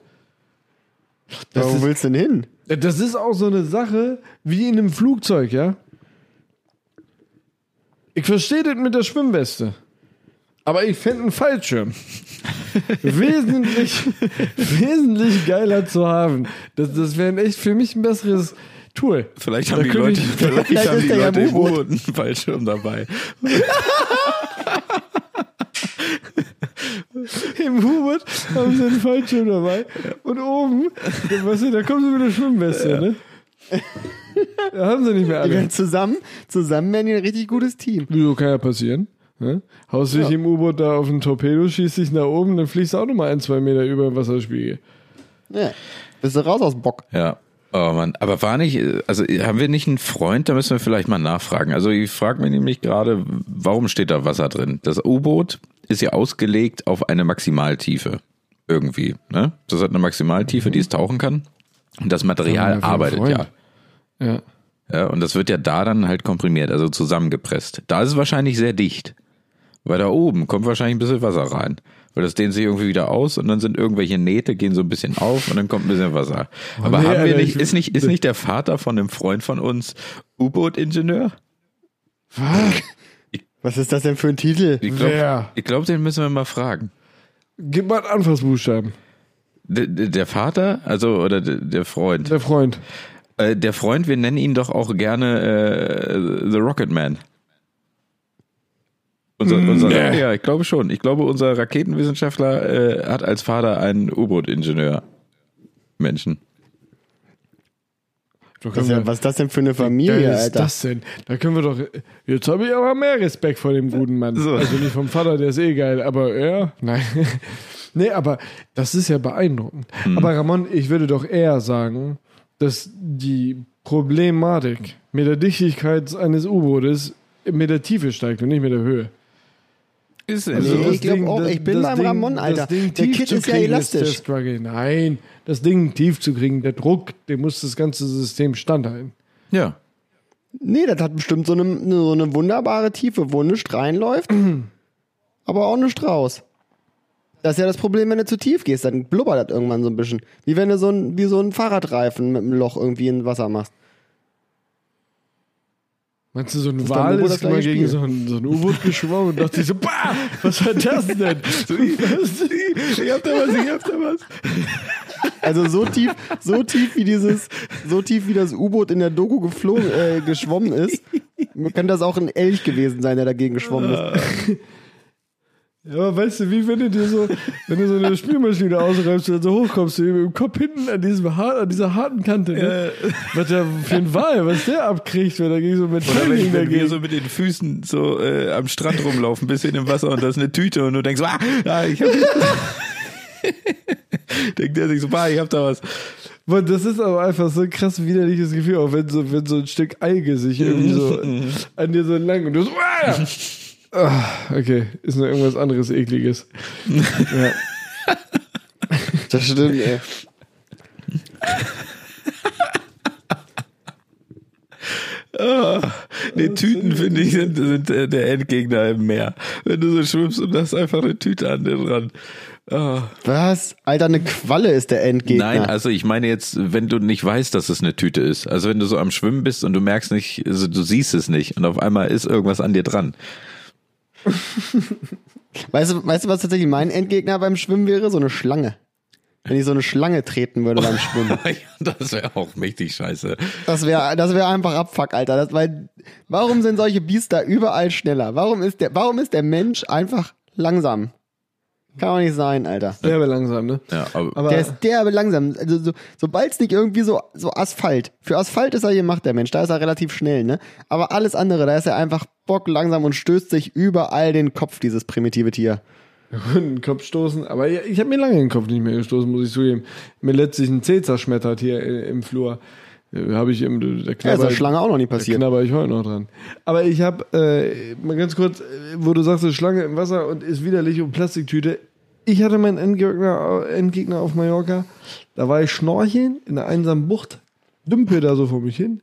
Speaker 2: Das
Speaker 1: Warum
Speaker 2: ist
Speaker 1: willst du denn hin?
Speaker 2: Das ist auch so eine Sache wie in einem Flugzeug, ja? Ich verstehe das mit der Schwimmweste. Aber ich fände einen Fallschirm wesentlich, wesentlich geiler zu haben. Das, das wäre echt für mich ein besseres Tool.
Speaker 3: Vielleicht haben
Speaker 2: Da
Speaker 3: die
Speaker 2: könnte
Speaker 3: Leute,
Speaker 2: ich-
Speaker 3: vielleicht
Speaker 1: Vielleicht
Speaker 3: haben
Speaker 1: ist
Speaker 3: die
Speaker 1: der ja
Speaker 3: Leute
Speaker 1: im
Speaker 3: im
Speaker 1: U-Boot.
Speaker 3: U-Boot einen Fallschirm dabei.
Speaker 2: Im Hubert haben sie einen Fallschirm dabei. Und oben, weißt du, da kommen sie mit der Schwimmweste, ne? Da haben sie nicht mehr
Speaker 1: Die
Speaker 2: alle.
Speaker 1: werden zusammen, zusammen werden die ein richtig gutes Team.
Speaker 2: Wieso kann ja passieren? Ne? Haust dich im U-Boot da auf ein Torpedo, schießt dich nach oben, dann fliegst du auch nochmal ein, zwei Meter über den Wasserspiegel.
Speaker 1: Ja. Bist du raus aus dem Bock?
Speaker 3: Ja. Oh Mann, aber war nicht, also haben wir nicht einen Freund, da müssen wir vielleicht mal nachfragen. Also ich frage mich nämlich gerade, warum steht da Wasser drin? Das U-Boot ist ja ausgelegt auf eine Maximaltiefe. Irgendwie. Ne? Das hat eine Maximaltiefe, die es tauchen kann. Und das Material
Speaker 2: Haben wir einen
Speaker 3: arbeitet
Speaker 2: Freund?
Speaker 3: ja.
Speaker 2: Ja.
Speaker 3: ja. Und das wird ja da dann halt komprimiert, also zusammengepresst. Da ist es wahrscheinlich sehr dicht. Weil da oben kommt wahrscheinlich ein bisschen Wasser rein. Weil das dehnt sich irgendwie wieder aus und dann sind irgendwelche Nähte, gehen so ein bisschen auf und dann kommt ein bisschen Wasser. Aber
Speaker 2: nee,
Speaker 3: haben wir
Speaker 2: Alter,
Speaker 3: nicht,
Speaker 2: ich-
Speaker 3: ist nicht, ist nicht der Vater von einem Freund von uns U-Boot-Ingenieur?
Speaker 1: Was ist das denn für ein Titel?
Speaker 3: Ich glaube,
Speaker 2: Wer?
Speaker 3: glaub, den müssen wir mal fragen.
Speaker 2: Gib mal einen Anfangsbuchstaben.
Speaker 3: Der, der Vater, also, oder der, der Freund.
Speaker 2: Der Freund.
Speaker 3: Äh, der Freund, wir nennen ihn doch auch gerne äh, The Rocket Man. Unser,
Speaker 2: Hm,
Speaker 3: unser, Ja, ich glaube schon. Ich glaube, unser Raketenwissenschaftler äh, hat als Vater einen U-Boot-Ingenieur. Menschen.
Speaker 2: Da können
Speaker 1: Das ist
Speaker 2: wir-
Speaker 1: ja, was ist das denn für eine
Speaker 2: Geil
Speaker 1: Familie,
Speaker 2: ist
Speaker 1: Alter?
Speaker 2: das denn? Da können wir doch. Jetzt habe ich aber mehr Respekt vor dem guten Mann.
Speaker 3: So.
Speaker 2: Also nicht vom Vater, der ist eh geil, aber er? Nein. nee, aber das ist ja beeindruckend. Aber Ramon, ich würde doch eher sagen, dass die Problematik mit der Dichtigkeit eines U-Bootes mit der Tiefe steigt und nicht mit der Höhe.
Speaker 3: Ist
Speaker 1: so.
Speaker 2: Also das
Speaker 1: ich glaub auch, ich bin beim Ramon, Alter.
Speaker 2: Das Ding
Speaker 1: Der
Speaker 2: tief
Speaker 1: Kid
Speaker 2: zu
Speaker 1: ist ja
Speaker 2: kriegen,
Speaker 1: elastisch.
Speaker 2: der Struggle. Nein, das Ding tief zu kriegen, der Druck, der muss das ganze System standhalten.
Speaker 3: Ja.
Speaker 1: Nee, das hat bestimmt so eine, so eine wunderbare Tiefe, wo nichts reinläuft, aber auch nichts raus. Das ist ja das Problem, wenn du zu tief gehst, dann blubbert das irgendwann so ein bisschen. Wie wenn du so ein, wie so einen Fahrradreifen mit einem Loch irgendwie in Wasser machst.
Speaker 2: Meinst du, so ein
Speaker 1: ist beim
Speaker 2: Wal
Speaker 1: U-Boot
Speaker 2: ist
Speaker 1: das gleiche
Speaker 2: mal
Speaker 1: Spiel.
Speaker 2: gegen so ein, so ein U-Boot geschwommen und dachte sich so, bah, was war das denn? So, ich hab da was, ich hab da was.
Speaker 1: Also so tief, so tief wie dieses, so tief wie das U-Boot in der Doku geflogen, äh, geschwommen ist, kann das auch ein Elch gewesen sein, der dagegen geschwommen ist.
Speaker 2: Ja, aber weißt du, wie wenn du dir so, wenn du so eine Spielmaschine ausreibst und dann so hochkommst, du mit dem Kopf hinten an, diesem, har- an dieser harten Kante, ne?
Speaker 1: Äh.
Speaker 2: was der für ein Wal, was der abkriegt, wenn er gegen so mit
Speaker 3: Oder wenn,
Speaker 2: Training
Speaker 3: wenn
Speaker 2: dagegen.
Speaker 3: wir so mit den Füßen so äh, am Strand rumlaufen, bis in dem Wasser und da ist eine Tüte und du denkst, ah, ah ich hab. Denkt er sich so, ah, ich hab da was.
Speaker 2: Mann, das ist aber einfach so ein krass widerliches Gefühl, auch wenn so, wenn so ein Stück Alge sich irgendwie so an dir so lang und du so, ah! Ah, okay, ist noch irgendwas anderes ekliges. ja.
Speaker 1: Das stimmt, ey.
Speaker 3: Nee, Tüten, finde ich, sind, sind äh, der Endgegner im Meer. Wenn du so schwimmst und hast einfach eine Tüte an dir dran. Ah.
Speaker 1: Was? Alter, eine Qualle ist der Endgegner.
Speaker 3: Nein, also ich meine jetzt, wenn du nicht weißt, dass es eine Tüte ist. Also wenn du so am Schwimmen bist und du merkst nicht, also du siehst es nicht und auf einmal ist irgendwas an dir dran.
Speaker 1: Weißt du, weißt du, was tatsächlich mein Endgegner beim Schwimmen wäre? So eine Schlange. Wenn ich so eine Schlange treten würde beim Schwimmen.
Speaker 3: das wäre auch mächtig scheiße.
Speaker 1: Das wäre das wär einfach Abfuck, Alter. Das, weil, warum sind solche Biester überall schneller? Warum ist, der, warum ist der Mensch einfach langsam? Kann doch nicht sein, Alter.
Speaker 2: Werbe langsam, ne?
Speaker 3: Ja, aber,
Speaker 2: Aber
Speaker 1: Der ist derbe langsam. Also so, sobald es nicht irgendwie so, so Asphalt. Für Asphalt ist er gemacht, der Mensch. Da ist er relativ schnell, ne? Aber alles andere, da ist er einfach bock langsam und stößt sich überall den Kopf, dieses primitive Tier.
Speaker 2: Und den Kopf stoßen, aber ich, ich habe mir lange den Kopf nicht mehr gestoßen, muss ich zugeben. Mir letztlich ein Zeh zerschmettert hier i- im Flur. Habe ich im, der
Speaker 1: Ja, ist
Speaker 2: Knabber,
Speaker 1: der Also Schlange auch noch nie
Speaker 2: da
Speaker 1: passiert.
Speaker 2: knabber ich heute noch dran. Aber ich habe, äh, mal ganz kurz, äh, wo du sagst, eine Schlange im Wasser und ist widerlich und Plastiktüte. Ich hatte meinen Endgegner, äh, Endgegner auf Mallorca. Da war ich schnorcheln in einer einsamen Bucht, dümpel da so vor mich hin.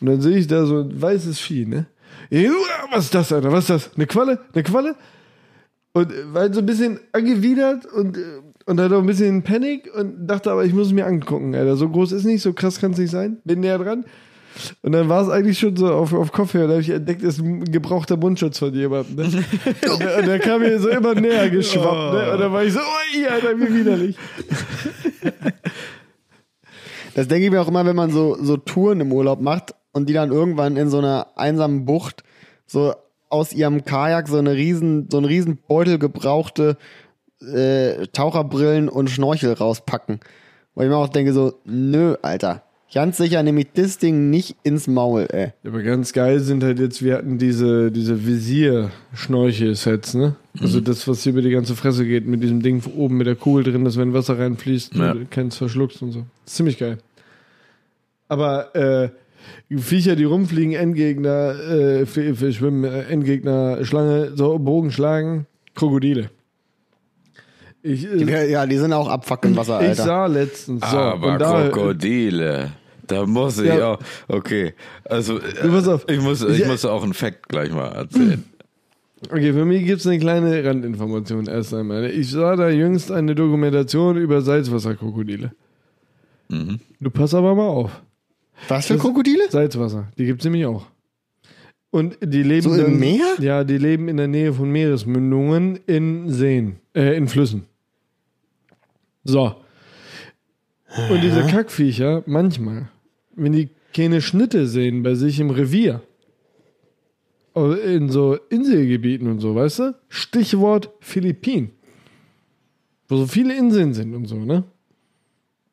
Speaker 2: Und dann sehe ich da so ein weißes Vieh, ne? Ja, Was ist das, Alter? Was ist das? Eine Qualle? Eine Qualle? Und äh, war so ein bisschen angewidert und, äh, und hatte auch ein bisschen Panik und dachte aber, ich muss es mir angucken, Alter. So groß ist nicht, so krass kann es nicht sein. Bin näher dran. Und dann war es eigentlich schon so auf, auf Kopfhörer. Da habe ich entdeckt, ist ein gebrauchter Mundschutz von jemandem. Ne? Und, der- und der kam mir so immer näher geschwappt. Ne? Und dann war ich so, ui, Alter, wie widerlich.
Speaker 1: Das denke ich mir auch immer, wenn man so, so Touren im Urlaub macht und die dann irgendwann in so einer einsamen Bucht so aus ihrem Kajak so, eine riesen, so einen riesen Beutel gebrauchte äh, Taucherbrillen und Schnorchel rauspacken. Weil ich mir auch denke so, nö, Alter, Ganz sicher nehme ich das Ding nicht ins Maul, ey.
Speaker 2: Aber ganz geil sind halt jetzt, wir hatten diese, diese Visier-Schnorchel-Sets, ne?
Speaker 3: Mhm.
Speaker 2: Also das, was hier über die ganze Fresse geht, mit diesem Ding oben mit der Kugel drin, dass wenn Wasser reinfließt,
Speaker 3: Ja.
Speaker 2: du keins verschluckst und so. ziemlich geil. Aber äh, Viecher, die rumfliegen, Endgegner, äh, für, für Schwimmen, äh, Endgegner, Schlange, so Bogen schlagen, Krokodile. Ich, äh,
Speaker 1: Ja, die sind auch abfuck im Wasser,
Speaker 2: ich
Speaker 1: Alter.
Speaker 2: sah letztens so,
Speaker 3: Aber
Speaker 2: und da,
Speaker 3: Krokodile. Da muss ich
Speaker 2: Ja.
Speaker 3: auch. Okay. Also, äh,
Speaker 2: Du, pass auf.
Speaker 3: ich muss, ich
Speaker 2: Ja. Hm.
Speaker 3: muss auch einen Fact gleich mal erzählen.
Speaker 2: Okay, für mich gibt es eine kleine Randinformation erst einmal. Ich sah da jüngst eine Dokumentation über Salzwasserkrokodile. Du pass aber mal auf.
Speaker 1: Was für Krokodile?
Speaker 2: Salzwasser, die gibt es nämlich auch. Und die leben
Speaker 1: So im
Speaker 2: dann-
Speaker 1: Meer?
Speaker 2: Ja, die leben in der Nähe von Meeresmündungen in Seen, äh, in Flüssen. So. Und diese Kackviecher, manchmal, wenn die keine Schnitte sehen bei sich im Revier, oh, in so Inselgebieten und so, weißt du? Stichwort Philippinen. Wo so viele Inseln sind und so, ne?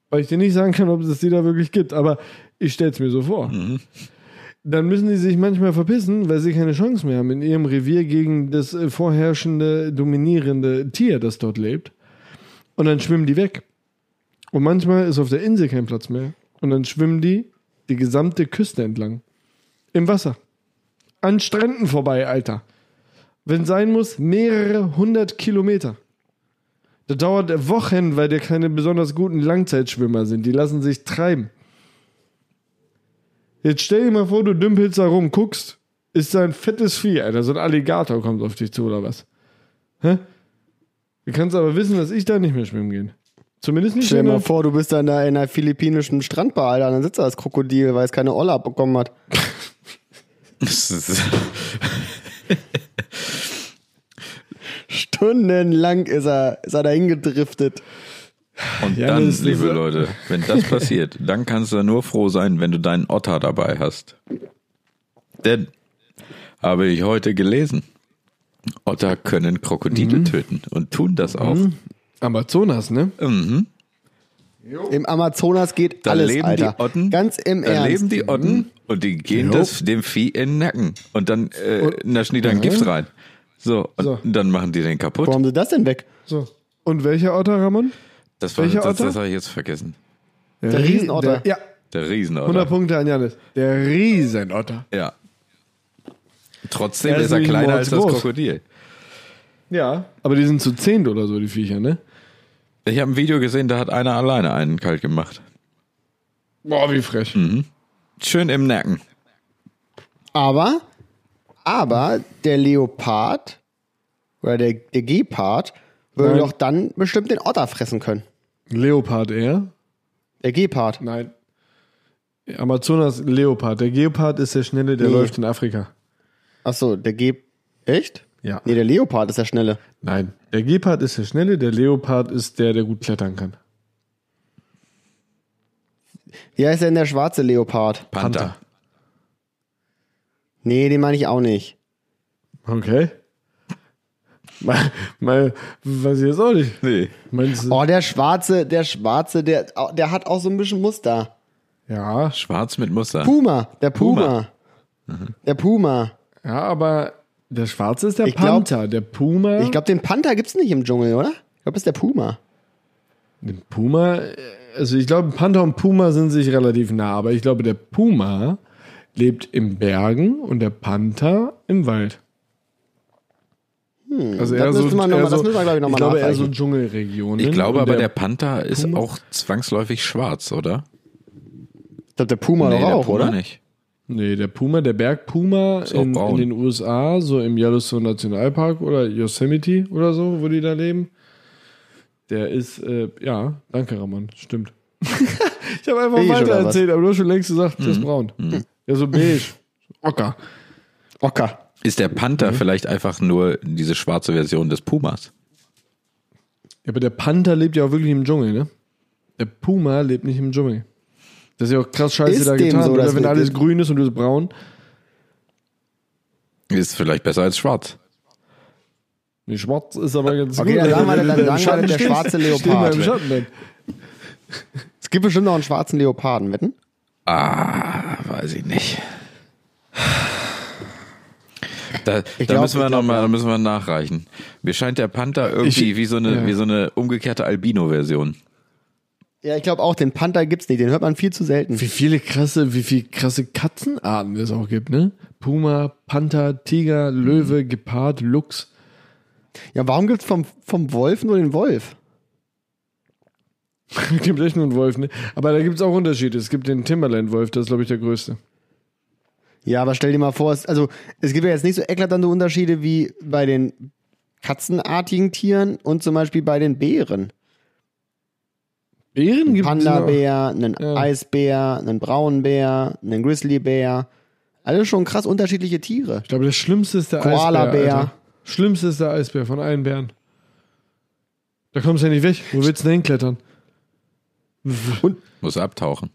Speaker 2: Weil ich dir nicht sagen kann, ob es die da wirklich gibt, aber ich stell's mir so vor. Dann müssen die sich manchmal verpissen, weil sie keine Chance mehr haben in ihrem Revier gegen das äh, vorherrschende, dominierende Tier, das dort lebt. Und dann schwimmen die weg. Und manchmal ist auf der Insel kein Platz mehr. Und dann schwimmen die die gesamte Küste entlang. Im Wasser. An Stränden vorbei, Alter. Wenn sein muss, mehrere hundert Kilometer. Das dauert Wochen, weil die keine besonders guten Langzeitschwimmer sind. Die lassen sich treiben. Jetzt stell dir mal vor, du dümpelst da rum, guckst, ist da ein fettes Vieh, Alter. So ein Alligator kommt auf dich zu oder was? Hä? Du kannst aber wissen, dass ich da nicht mehr schwimmen gehen. Zumindest nicht
Speaker 1: Stell dir
Speaker 2: wenn
Speaker 1: mal
Speaker 2: er-
Speaker 1: vor, du bist da in einer, in einer philippinischen Strandbar, Alter, und dann sitzt da das Krokodil, weil es keine Olle abbekommen hat.
Speaker 3: Das ist-
Speaker 1: Stundenlang ist er, ist er dahin gedriftet.
Speaker 3: Und
Speaker 2: Ja,
Speaker 3: dann,
Speaker 2: das ist-
Speaker 3: liebe Leute, wenn das passiert, dann kannst du nur froh sein, wenn du deinen Otter dabei hast. Denn habe ich heute gelesen, Otter können
Speaker 2: Mhm.
Speaker 3: Krokodile töten und tun das auch.
Speaker 2: Amazonas, ne?
Speaker 3: Mhm.
Speaker 1: Im Amazonas geht
Speaker 3: Da
Speaker 1: alles,
Speaker 3: leben
Speaker 1: Alter.
Speaker 3: die Otten.
Speaker 1: Ganz im
Speaker 3: da
Speaker 1: Ernst.
Speaker 3: leben die Otten und die gehen
Speaker 2: Jo.
Speaker 3: das dem Vieh in den Nacken und dann äh, naschen die dann Gift rein. So, und
Speaker 2: So.
Speaker 3: dann machen die den kaputt.
Speaker 1: Wo haben sie das denn weg?
Speaker 2: So. Und welcher Otter, Ramon?
Speaker 3: Das, war,
Speaker 2: Welcher
Speaker 3: das, das
Speaker 2: Otter?
Speaker 3: habe ich jetzt vergessen.
Speaker 1: Der Riesenotter.
Speaker 2: Der, ja,
Speaker 3: Der
Speaker 2: 100
Speaker 3: Riesenotter.
Speaker 2: Punkte an Janis. Der Riesenotter.
Speaker 3: Ja. Trotzdem
Speaker 2: Er ist
Speaker 3: ist er
Speaker 2: nämlich
Speaker 3: kleiner als das
Speaker 2: mordsgroß.
Speaker 3: Krokodil.
Speaker 2: Ja. Aber die sind zu zehnt oder so, die Viecher, ne?
Speaker 3: Ich habe ein Video gesehen, da hat einer alleine einen kalt gemacht.
Speaker 2: Boah, wie frech.
Speaker 3: Schön im Nacken.
Speaker 1: Aber, aber der Leopard oder der, der Gepard würde
Speaker 2: Nein.
Speaker 1: doch dann bestimmt den Otter fressen können.
Speaker 2: Leopard eher?
Speaker 1: Der Gepard.
Speaker 2: Nein. Amazonas Leopard. Der Geopard ist der Schnelle, der
Speaker 1: Nee.
Speaker 2: läuft in Afrika.
Speaker 1: Achso, der Ge... Echt?
Speaker 2: Ja.
Speaker 1: Nee, der Leopard ist der Schnelle.
Speaker 2: Nein. Der Gepard ist der Schnelle, der Leopard ist der, der gut klettern kann.
Speaker 1: Wie heißt denn der schwarze Leopard?
Speaker 3: Panther.
Speaker 1: Nee, den meine ich auch nicht.
Speaker 2: Okay. Mal, mal, weiß ich jetzt auch nicht.
Speaker 3: Nee.
Speaker 2: Meinst du?
Speaker 1: Oh, der schwarze, der schwarze, der, der hat auch so ein bisschen Muster.
Speaker 2: Ja,
Speaker 3: Schwarz mit Muster.
Speaker 1: Puma, der Puma.
Speaker 3: Mhm.
Speaker 1: Der Puma.
Speaker 2: Ja, aber der Schwarze ist der
Speaker 1: Ich glaub-
Speaker 2: Panther. der Puma.
Speaker 1: Ich glaube, den Panther gibt's nicht im Dschungel, oder? Ich glaube, das ist der Puma.
Speaker 2: den Puma. äh, Also ich glaube, Panther und Puma sind sich relativ nah, aber ich glaube, der Puma lebt in Bergen und der Panther im Wald. also
Speaker 1: Hm. das müsste man noch mal- das müssen wir, glaub ich, noch
Speaker 2: ich
Speaker 1: mal
Speaker 2: glaube eher so
Speaker 1: nachreichen.
Speaker 2: Dschungelregionen.
Speaker 3: Ich glaube
Speaker 2: Und
Speaker 3: aber, der Panther ist auch zwangsläufig schwarz, oder?
Speaker 1: Ich glaube, der Puma doch
Speaker 3: der
Speaker 1: auch,
Speaker 3: Puma
Speaker 1: oder?
Speaker 3: nicht.
Speaker 2: Nee, der Puma, der Bergpuma
Speaker 3: auch
Speaker 2: in, in
Speaker 3: braun.
Speaker 2: den USA, so im Yellowstone Nationalpark oder Yosemite oder so, wo die da leben. Der ist, äh, ja, danke Ramon, stimmt. ich habe einfach
Speaker 1: Beige
Speaker 2: weiter
Speaker 1: oder was?
Speaker 2: erzählt, aber du hast schon längst gesagt, der ist braun. Ja, so beige. Ocker.
Speaker 1: Ocker.
Speaker 3: Ist der Panther
Speaker 1: Mhm.
Speaker 3: vielleicht einfach nur diese schwarze Version des Pumas?
Speaker 2: Ja, aber der Panther lebt ja auch wirklich im Dschungel, ne? Der Puma lebt nicht im Dschungel. Das ist ja auch krass scheiße
Speaker 1: Ist
Speaker 2: da
Speaker 1: dem
Speaker 2: getan.
Speaker 1: so,
Speaker 2: oder
Speaker 1: dass
Speaker 2: wenn
Speaker 1: wir-
Speaker 2: alles grün ist und du bist braun.
Speaker 3: Ist vielleicht besser als schwarz.
Speaker 2: Nee, schwarz ist aber ganz
Speaker 1: Okay,
Speaker 2: gut.
Speaker 1: dann sagen wir,
Speaker 2: Wenn
Speaker 1: dann
Speaker 2: du im
Speaker 1: sagen wir,
Speaker 2: Schatten
Speaker 1: der
Speaker 2: stehst,
Speaker 1: schwarze
Speaker 2: steh mal
Speaker 1: Leopard.
Speaker 2: im Schatten, dann.
Speaker 1: Es gibt bestimmt noch einen schwarzen Leoparden, wetten?
Speaker 3: Ah, weiß ich nicht. Da, da
Speaker 1: glaub,
Speaker 3: müssen wir
Speaker 1: ich glaub,
Speaker 3: nochmal,
Speaker 1: ja.
Speaker 3: da müssen wir nachreichen. Mir scheint der Panther irgendwie wie so eine, wie so eine umgekehrte Albino-Version.
Speaker 1: Ja, ich glaube auch, den Panther gibt's nicht, den hört man viel zu selten.
Speaker 2: Wie viele krasse, wie viele krasse Katzenarten es auch gibt, ne? Puma, Panther, Tiger, Löwe,
Speaker 1: Mhm.
Speaker 2: Gepard, Luchs.
Speaker 1: Ja, warum gibt's vom, vom Wolf nur den Wolf?
Speaker 2: gibt echt nur einen Wolf, ne? Aber da gibt es auch Unterschiede. Es gibt den Timberland-Wolf, das ist, glaube ich, der größte.
Speaker 1: Ja, aber stell dir mal vor, es, also es gibt ja jetzt nicht so eklatante Unterschiede wie bei den katzenartigen Tieren und zum Beispiel bei den Bären.
Speaker 2: Bären gibt es
Speaker 1: Panda-Bär, einen
Speaker 2: Ja.
Speaker 1: Eisbär, einen Braunbär, einen Grizzlybär. Alle schon krass unterschiedliche Tiere.
Speaker 2: Ich glaube, das Schlimmste ist der Eisbär.
Speaker 1: Koala-Bär.
Speaker 2: Alter. Schlimmste ist der Eisbär von allen Bären. Da kommst du ja nicht weg. Wo willst du denn hinklettern?
Speaker 3: Muss abtauchen.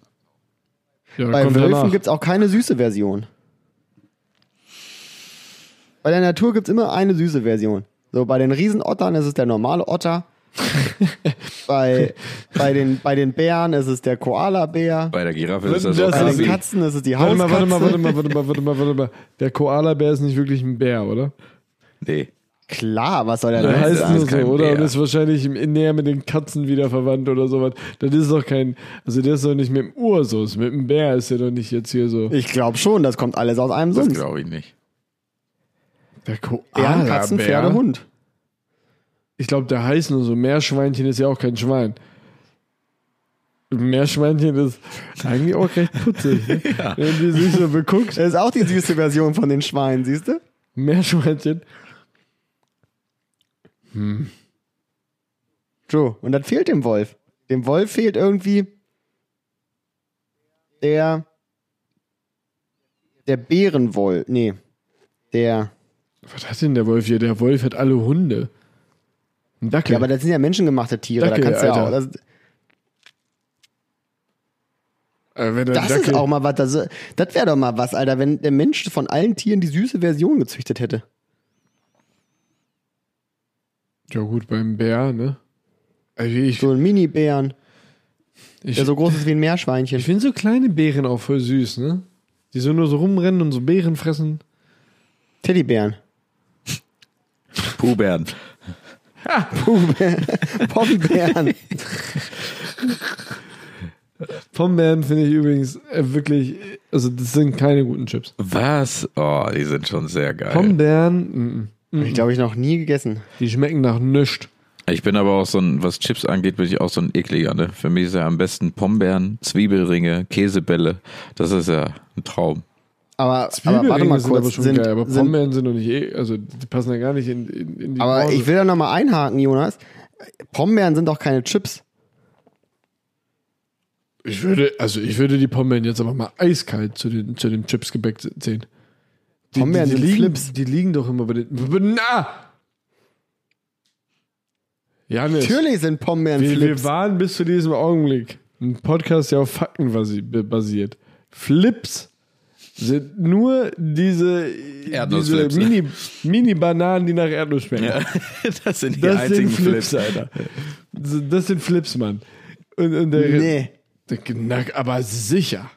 Speaker 2: Ja,
Speaker 1: Bei
Speaker 2: kommt danach.
Speaker 1: Wölfen gibt's auch keine süße Version. Bei der Natur gibt's immer eine süße Version. So, bei den Riesenottern ist es der normale Otter. bei, bei, den, bei den Bären ist es der Koala-Bär.
Speaker 3: Bei der Giraffe ist
Speaker 2: Das
Speaker 3: das, das
Speaker 1: Bei
Speaker 3: auch
Speaker 2: ist
Speaker 1: den
Speaker 3: irgendwie-
Speaker 1: Katzen ist es die
Speaker 2: Warte
Speaker 1: Hauskatze.
Speaker 2: mal, warte mal, warte mal, warte mal, warte mal, warte mal. Der Koala-Bär ist nicht wirklich ein Bär, oder?
Speaker 3: Nee.
Speaker 1: Klar, was soll der
Speaker 2: Der
Speaker 3: Nein,
Speaker 1: denn
Speaker 2: heißt
Speaker 3: das
Speaker 1: sein?
Speaker 3: ist
Speaker 2: nur so,
Speaker 3: kein
Speaker 2: oder?
Speaker 3: Bär.
Speaker 2: Und ist wahrscheinlich im- näher mit den Katzen wieder verwandt oder sowas. Das ist doch kein. Also der ist doch nicht mit dem Ursus, mit dem Bär ist er doch nicht jetzt hier so.
Speaker 1: Ich glaube schon, das kommt alles aus einem
Speaker 3: Das
Speaker 1: Sumpf.
Speaker 3: glaube ich nicht.
Speaker 2: Der Ah,
Speaker 1: Bären, Katzen,
Speaker 2: Koala-Bär?
Speaker 1: Pferde, Hund.
Speaker 2: Ich glaube, der heißt nur so. Meerschweinchen ist ja auch kein Schwein. Meerschweinchen ist eigentlich auch recht putzig. Ne? Wenn die sich so beguckt.
Speaker 1: Das ist auch die süße Version von den Schweinen, siehst du?
Speaker 2: Meerschweinchen.
Speaker 1: True. Und das fehlt dem Wolf. Dem Wolf fehlt irgendwie der der Bärenwolf. Nee. Der.
Speaker 2: Was hat denn der Wolf hier? Der Wolf hat alle Hunde. Ein Dackel.
Speaker 1: Ja, aber das sind ja menschengemachte Tiere.
Speaker 2: Dackel,
Speaker 1: da kannst du ja
Speaker 2: Alter.
Speaker 1: auch. Das,
Speaker 2: Äh, wenn der
Speaker 1: das ist
Speaker 2: Dackel-
Speaker 1: auch mal was. Das, das wäre doch mal was, Alter, wenn der Mensch von allen Tieren die süße Version gezüchtet hätte.
Speaker 2: Ja, gut, beim Bär, ne? Also ich
Speaker 1: So ein Mini-Bären,
Speaker 2: ich,
Speaker 1: der so groß ist wie ein Meerschweinchen.
Speaker 2: ich finde so kleine Bären auch voll süß, ne? Die so nur so rumrennen und so Beeren fressen.
Speaker 1: Teddybären.
Speaker 3: Puhbären.
Speaker 1: Pombeeren.
Speaker 2: Pombeeren finde ich übrigens äh, wirklich. Also, das sind keine guten Chips.
Speaker 3: Was? Oh, die sind schon sehr geil.
Speaker 2: Pombeeren, mm, mm.
Speaker 1: ich glaube, ich noch nie gegessen.
Speaker 2: die schmecken nach nichts.
Speaker 3: Ich bin aber auch so ein, was Chips angeht, bin ich auch so ein ekliger. Ne? Für mich ist ja am besten Pombeeren, Zwiebelringe, Käsebälle. Das ist ja ein Traum.
Speaker 1: Aber, aber warte mal kurz.
Speaker 2: sind aber schon
Speaker 1: sind,
Speaker 2: geil, aber
Speaker 1: sind,
Speaker 2: Pombeeren sind doch nicht eh, also die passen ja gar nicht in, in, in die
Speaker 1: Aber
Speaker 2: Branche.
Speaker 1: ich will da nochmal einhaken, Jonas. Pombeeren sind doch keine Chips.
Speaker 2: ich würde, also ich würde die Pombeeren jetzt aber mal eiskalt zu, den, zu dem Chipsgebäck zählen. Die,
Speaker 1: Pombeeren
Speaker 2: die, die
Speaker 1: sind
Speaker 2: liegen,
Speaker 1: Flips.
Speaker 2: Die liegen doch immer bei den. Na! Janis,
Speaker 1: Natürlich sind Pombeeren
Speaker 2: wir, wir
Speaker 1: Flips.
Speaker 2: waren bis zu diesem Augenblick ein Podcast, der auf Fakten basi- basiert. Flips sind nur diese, diese
Speaker 3: Erdnussflips.
Speaker 2: Mini- Mini-Bananen, die nach Erdnuss schmecken.
Speaker 3: das sind die
Speaker 2: Das sind Flips, Alter. Das sind Flips, Mann. Und, und der,
Speaker 1: Nee.
Speaker 2: der Knack, aber sicher.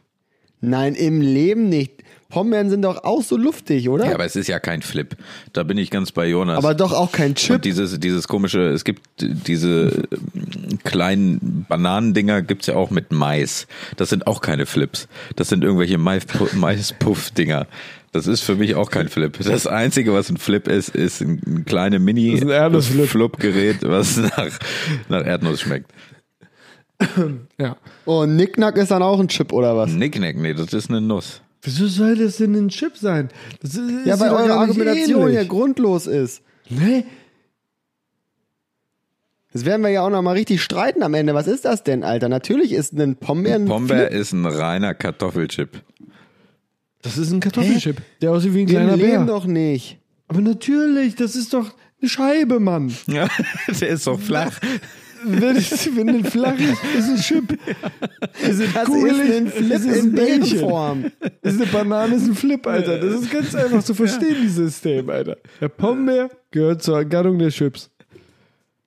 Speaker 1: Nein, im Leben nicht. Pombeeren sind doch auch so luftig, oder?
Speaker 3: Ja,
Speaker 1: aber,
Speaker 3: aber es ist ja kein Flip. Da bin ich ganz bei Jonas.
Speaker 1: doch auch kein Chip.
Speaker 3: und dieses, dieses komische, es gibt diese ähm, kleinen Bananendinger, gibt's ja auch mit Mais. Das sind auch keine Flips. Das sind irgendwelche Maispu- Maispuff-Dinger. Das ist für mich auch kein Flip. Das Einzige, was ein Flip ist, ist ein, ein kleines
Speaker 2: Das ist ein Erdnussflip.
Speaker 3: Mini-Flop-Gerät, was nach, nach Erdnuss schmeckt.
Speaker 2: Ja.
Speaker 1: Und Nicknack Oh, ist dann auch ein Chip, oder was?
Speaker 3: Nicknack, nee, das ist eine Nuss.
Speaker 2: Wieso soll das denn ein Chip sein? Das ist,
Speaker 1: Ja,
Speaker 2: ist
Speaker 1: weil
Speaker 2: doch
Speaker 1: eure
Speaker 2: gar nicht
Speaker 1: Argumentation ja
Speaker 2: ähnlich.
Speaker 1: grundlos ist.
Speaker 2: Nee,
Speaker 1: Das werden wir ja auch nochmal richtig streiten am Ende. Was ist das denn, Alter? Natürlich ist ein Pombeeren ein
Speaker 3: Pombeer
Speaker 1: Flip.
Speaker 3: ist ein reiner Kartoffelchip.
Speaker 2: das ist ein Kartoffelchip. Der aussieht wie ein
Speaker 1: Den
Speaker 2: kleiner Bär.
Speaker 1: leben doch nicht.
Speaker 2: Aber natürlich, das ist doch eine Scheibe, Mann.
Speaker 3: Ja, der ist doch flach.
Speaker 2: Wenn, es- wenn ein flach ist, ist ein Chip. Ist ein
Speaker 1: Das
Speaker 2: Kugelich,
Speaker 1: ist ein Flip
Speaker 2: ist
Speaker 1: in
Speaker 2: ein Bällchen.
Speaker 1: Bärenform.
Speaker 2: Ist eine Banane, ist ein Flip, Alter. Das ist ganz einfach zu verstehen, dieses System, Alter. Der Pombeer gehört zur Gattung der Chips.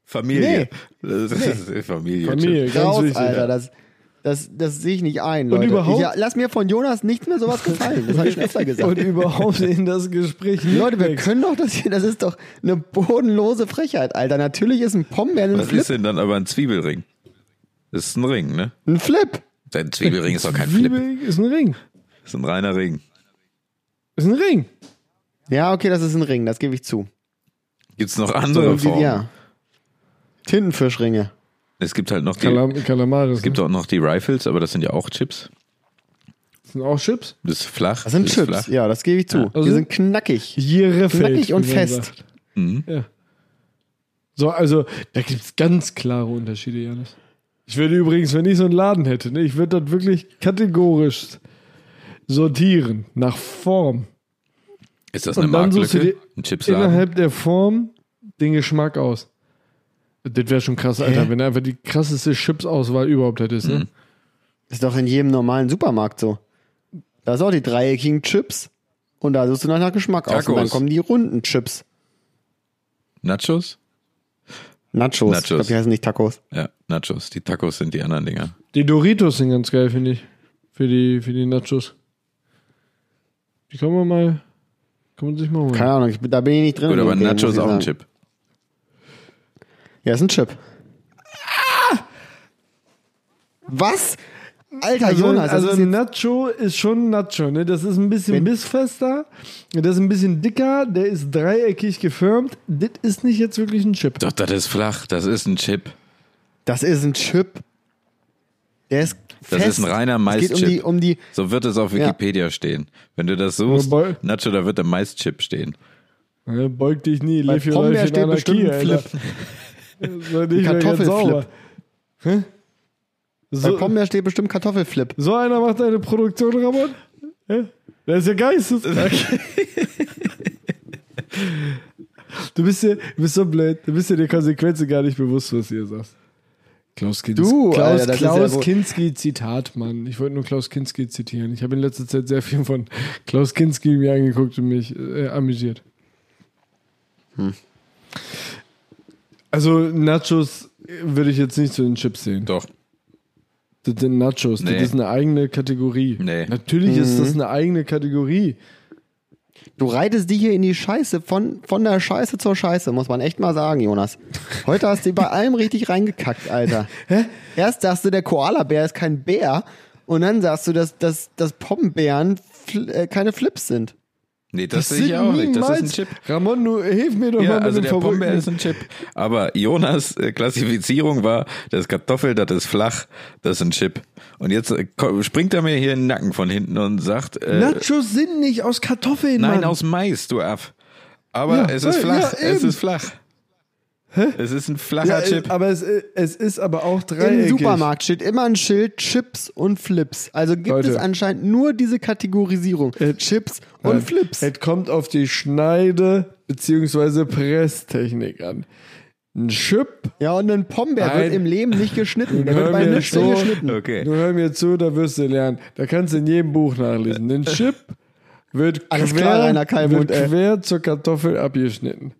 Speaker 3: Familie. Das ist Familie.
Speaker 2: Familie, ganz
Speaker 1: Raus,
Speaker 2: wichtig.
Speaker 1: Alter. Das, Das, das sehe ich nicht ein, Leute.
Speaker 2: überhaupt-
Speaker 1: Ich, lass mir von Jonas nicht mehr sowas gefallen. Das habe ich schon öfter gesagt.
Speaker 2: Und überhaupt in das Gespräch nicht
Speaker 1: Leute, wir
Speaker 2: wächst.
Speaker 1: können doch das hier, das ist doch eine bodenlose Frechheit, Alter. Natürlich ist ein Pombeeren ein
Speaker 3: Was ist
Speaker 1: Flip.
Speaker 3: denn dann aber ein Zwiebelring? Das ist ein Ring, ne?
Speaker 1: Ein Flip.
Speaker 3: Ein Zwiebelring ist doch kein Flip.
Speaker 2: Zwiebel ist ein Ring.
Speaker 3: Das ist ein reiner Ring.
Speaker 2: Ist ein Ring.
Speaker 1: Ja, okay, das ist ein Ring, das gebe ich zu.
Speaker 3: Gibt es noch andere
Speaker 1: Irgendwie,
Speaker 3: Formen?
Speaker 1: ja. Tintenfischringe.
Speaker 3: Es gibt halt noch die,
Speaker 2: Kalam Kalamaris.
Speaker 3: es gibt auch noch die Rifles, aber das sind ja auch Chips.
Speaker 2: das sind auch Chips.
Speaker 3: Das ist flach.
Speaker 1: Das sind
Speaker 3: ist
Speaker 1: Chips,
Speaker 3: flach.
Speaker 1: ja, das gebe ich zu.
Speaker 2: Also-
Speaker 1: Die sind knackig.
Speaker 2: Jirefeld.
Speaker 1: Knackig und
Speaker 2: wie man
Speaker 1: fest.
Speaker 2: sagt.
Speaker 3: Mhm.
Speaker 2: Ja. So, also, da gibt es ganz klare Unterschiede, Janis. Ich würde übrigens, wenn ich so einen Laden hätte, ne, ich würde das wirklich kategorisch sortieren, nach Form.
Speaker 3: Ist das
Speaker 2: Und
Speaker 3: eine
Speaker 2: dann suchst du
Speaker 3: Marktlücke?
Speaker 2: dir
Speaker 3: Ein Chipsladen?
Speaker 2: Innerhalb der Form den Geschmack aus. Das wäre schon krass, Alter, wenn du einfach die krasseste Chips-Auswahl überhaupt hättest.
Speaker 3: Mhm.
Speaker 2: Ne?
Speaker 1: Ist doch in jedem normalen Supermarkt so. Da ist auch die dreieckigen Chips und da suchst du nach Geschmack aus. Und dann
Speaker 3: Tacos.
Speaker 1: kommen die runden Chips.
Speaker 3: Nachos?
Speaker 1: Nachos. Ich
Speaker 3: Nachos.
Speaker 1: glaube, die heißen nicht Tacos.
Speaker 3: Ja, Nachos. Die Tacos sind die anderen Dinger.
Speaker 2: Die Doritos sind ganz geil, finde ich. Für die, für die Nachos. Die kann man mal, kann man sich mal holen.
Speaker 1: Keine Ahnung, ich, bin- da bin ich nicht drin.
Speaker 3: Hm. Gut,
Speaker 1: in dem
Speaker 3: aber
Speaker 1: Game,
Speaker 3: Nachos
Speaker 1: muss
Speaker 3: ist
Speaker 1: ich
Speaker 3: auch ein
Speaker 1: sagen.
Speaker 3: Chip.
Speaker 1: Ja, ist ein Chip. Ah! Was? Alter, Jonas,
Speaker 2: also
Speaker 1: also,
Speaker 2: ein Nacho ist schon ein Nacho, ne? Das ist ein bisschen
Speaker 1: Wenn-
Speaker 2: bissfester, das ist ein bisschen dicker, der ist dreieckig gefirmt. Das ist nicht jetzt wirklich ein Chip.
Speaker 3: Doch, das ist flach. Das ist ein Chip.
Speaker 1: das ist ein Chip. Der ist
Speaker 3: Das
Speaker 1: fest.
Speaker 3: ist ein reiner
Speaker 1: Es geht um die,
Speaker 3: Maischip.
Speaker 1: um die,
Speaker 3: So wird es auf Wikipedia stehen. Wenn du das suchst,
Speaker 2: Wobei-
Speaker 3: Nacho, da wird der Maischip stehen.
Speaker 2: Ne, Beug dich nie,
Speaker 1: Bei
Speaker 2: lebe hier
Speaker 1: Pombeer
Speaker 2: Leute in
Speaker 1: steht
Speaker 2: Anarchie,
Speaker 1: bestimmt
Speaker 2: Alter.
Speaker 1: Flip.
Speaker 2: So, nicht mehr ganz
Speaker 1: Kartoffelflip.
Speaker 2: sauber. Hä?
Speaker 1: Bei
Speaker 2: So,
Speaker 1: Pombeer steht bestimmt Kartoffelflip.
Speaker 2: so einer macht eine Produktion, Ramon? Hä? Der ist ja geistes. du, bist ja, du bist so blöd. Du bist ja der Konsequenzen gar nicht bewusst, was du hier sagst. Klaus Kinski.
Speaker 1: Du,
Speaker 2: Klaus,
Speaker 1: Alter, das ist ja
Speaker 2: Klaus
Speaker 1: wohl-
Speaker 2: Kinski Zitat, Mann. Ich wollte nur Klaus Kinski zitieren. Ich habe in letzter Zeit sehr viel von Klaus Kinski mir angeguckt und mich äh, amüsiert.
Speaker 3: Hm.
Speaker 2: Also Nachos äh, würde ich jetzt nicht zu den Chips sehen.
Speaker 3: Doch.
Speaker 2: Das sind Nachos,
Speaker 3: Nee.
Speaker 2: das ist eine eigene Kategorie.
Speaker 3: Nee. Mhm.
Speaker 2: Natürlich ist das eine eigene Kategorie.
Speaker 1: Du reitest die hier in die Scheiße, von, von der Scheiße zur Scheiße, muss man echt mal sagen, Jonas. Heute hast du bei allem richtig reingekackt, Alter. Erst sagst du, der Koala-Bär ist kein Bär und dann sagst du, dass, dass, dass Poppenbären fl äh, keine Flips sind.
Speaker 3: Nee, das, sehe ich auch nicht. Das ist ein Chip.
Speaker 2: Ramon, du, hilf mir doch
Speaker 3: Ja,
Speaker 2: mal mit
Speaker 3: also
Speaker 2: dem
Speaker 3: der Pombeer
Speaker 2: verrückten.
Speaker 3: ist ein Chip. Aber Jonas äh, Klassifizierung war, das ist Kartoffel, das ist flach, das ist ein Chip. Und jetzt äh, ko- springt er mir hier in den Nacken von hinten und sagt, äh,
Speaker 2: Nachos sind nicht aus Kartoffeln,
Speaker 3: nein,
Speaker 2: Mann.
Speaker 3: aus Mais, du Aff. Aber
Speaker 2: Ja,
Speaker 3: es ist
Speaker 2: ja,
Speaker 3: flach,
Speaker 2: ja,
Speaker 3: es
Speaker 2: eben.
Speaker 3: ist flach. Es ist ein
Speaker 2: ja,
Speaker 3: flacher
Speaker 2: äh,
Speaker 3: Chip.
Speaker 2: aber es, äh, es ist aber auch dreieckig.
Speaker 1: Im Supermarkt steht immer ein Schild Chips und Flips. Also gibt
Speaker 2: Leute.
Speaker 1: es anscheinend nur diese Kategorisierung.
Speaker 2: Äh,
Speaker 1: Chips
Speaker 2: Ja.
Speaker 1: und Flips.
Speaker 2: Es kommt auf die Schneide- bzw. Presstechnik an. Ein Chip
Speaker 1: ja, und ein Pombeer
Speaker 2: Nein.
Speaker 1: wird im Leben nicht geschnitten. Der wird
Speaker 2: Hör
Speaker 1: bei
Speaker 2: mir
Speaker 1: Nüchtern
Speaker 2: so-
Speaker 1: geschnitten.
Speaker 3: Okay.
Speaker 2: Du hör mir zu, da wirst du lernen. Da kannst du in jedem Buch nachlesen.
Speaker 1: Äh.
Speaker 2: Den Chip wird,
Speaker 1: Alles
Speaker 2: quer,
Speaker 1: klar, Rainer Kallmund,
Speaker 2: wird
Speaker 1: ey.
Speaker 2: quer zur Kartoffel abgeschnitten.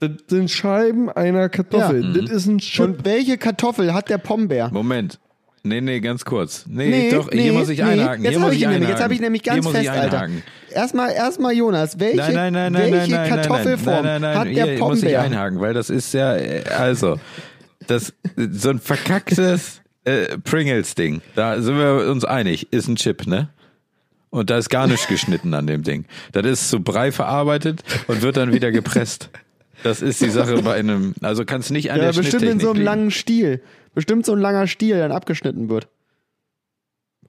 Speaker 2: Das sind Scheiben einer Kartoffel.
Speaker 1: Ja. Mhm.
Speaker 2: Das ist ein Chip.
Speaker 1: Und welche Kartoffel hat der Pombeer?
Speaker 3: Moment. Nee, nee, ganz kurz. Nee,
Speaker 1: Nee,
Speaker 3: doch, hier
Speaker 1: nee,
Speaker 3: muss ich
Speaker 1: nee.
Speaker 3: einhaken.
Speaker 1: Jetzt
Speaker 3: hier muss
Speaker 1: habe ich, ihn nämlich, jetzt
Speaker 3: einhaken.
Speaker 1: habe ich nämlich
Speaker 3: Hier
Speaker 1: ganz
Speaker 3: muss ich
Speaker 1: fest, Alter.
Speaker 3: einhaken.
Speaker 1: Erstmal, erstmal Jonas, welche,
Speaker 3: Nein, nein, nein, nein,
Speaker 1: welche
Speaker 3: nein, nein,
Speaker 1: Kartoffelform
Speaker 3: nein, nein, nein, nein,
Speaker 1: hat
Speaker 3: nein,
Speaker 1: der
Speaker 3: hier muss ich
Speaker 1: Pombeer?
Speaker 3: einhaken, weil das ist ja äh, also das so ein verkacktes äh, Pringles Ding. Da sind wir uns einig, ist ein Chip, ne? Und da ist gar nicht geschnitten an dem Ding. Das ist zu Brei verarbeitet und wird dann wieder gepresst. Das ist die Sache bei einem, also kann es nicht an
Speaker 1: Ja,
Speaker 3: der
Speaker 1: bestimmt
Speaker 3: Schnitttechnik
Speaker 1: in so einem
Speaker 3: liegen.
Speaker 1: langen Stiel. Bestimmt so ein langer Stiel, der dann abgeschnitten wird.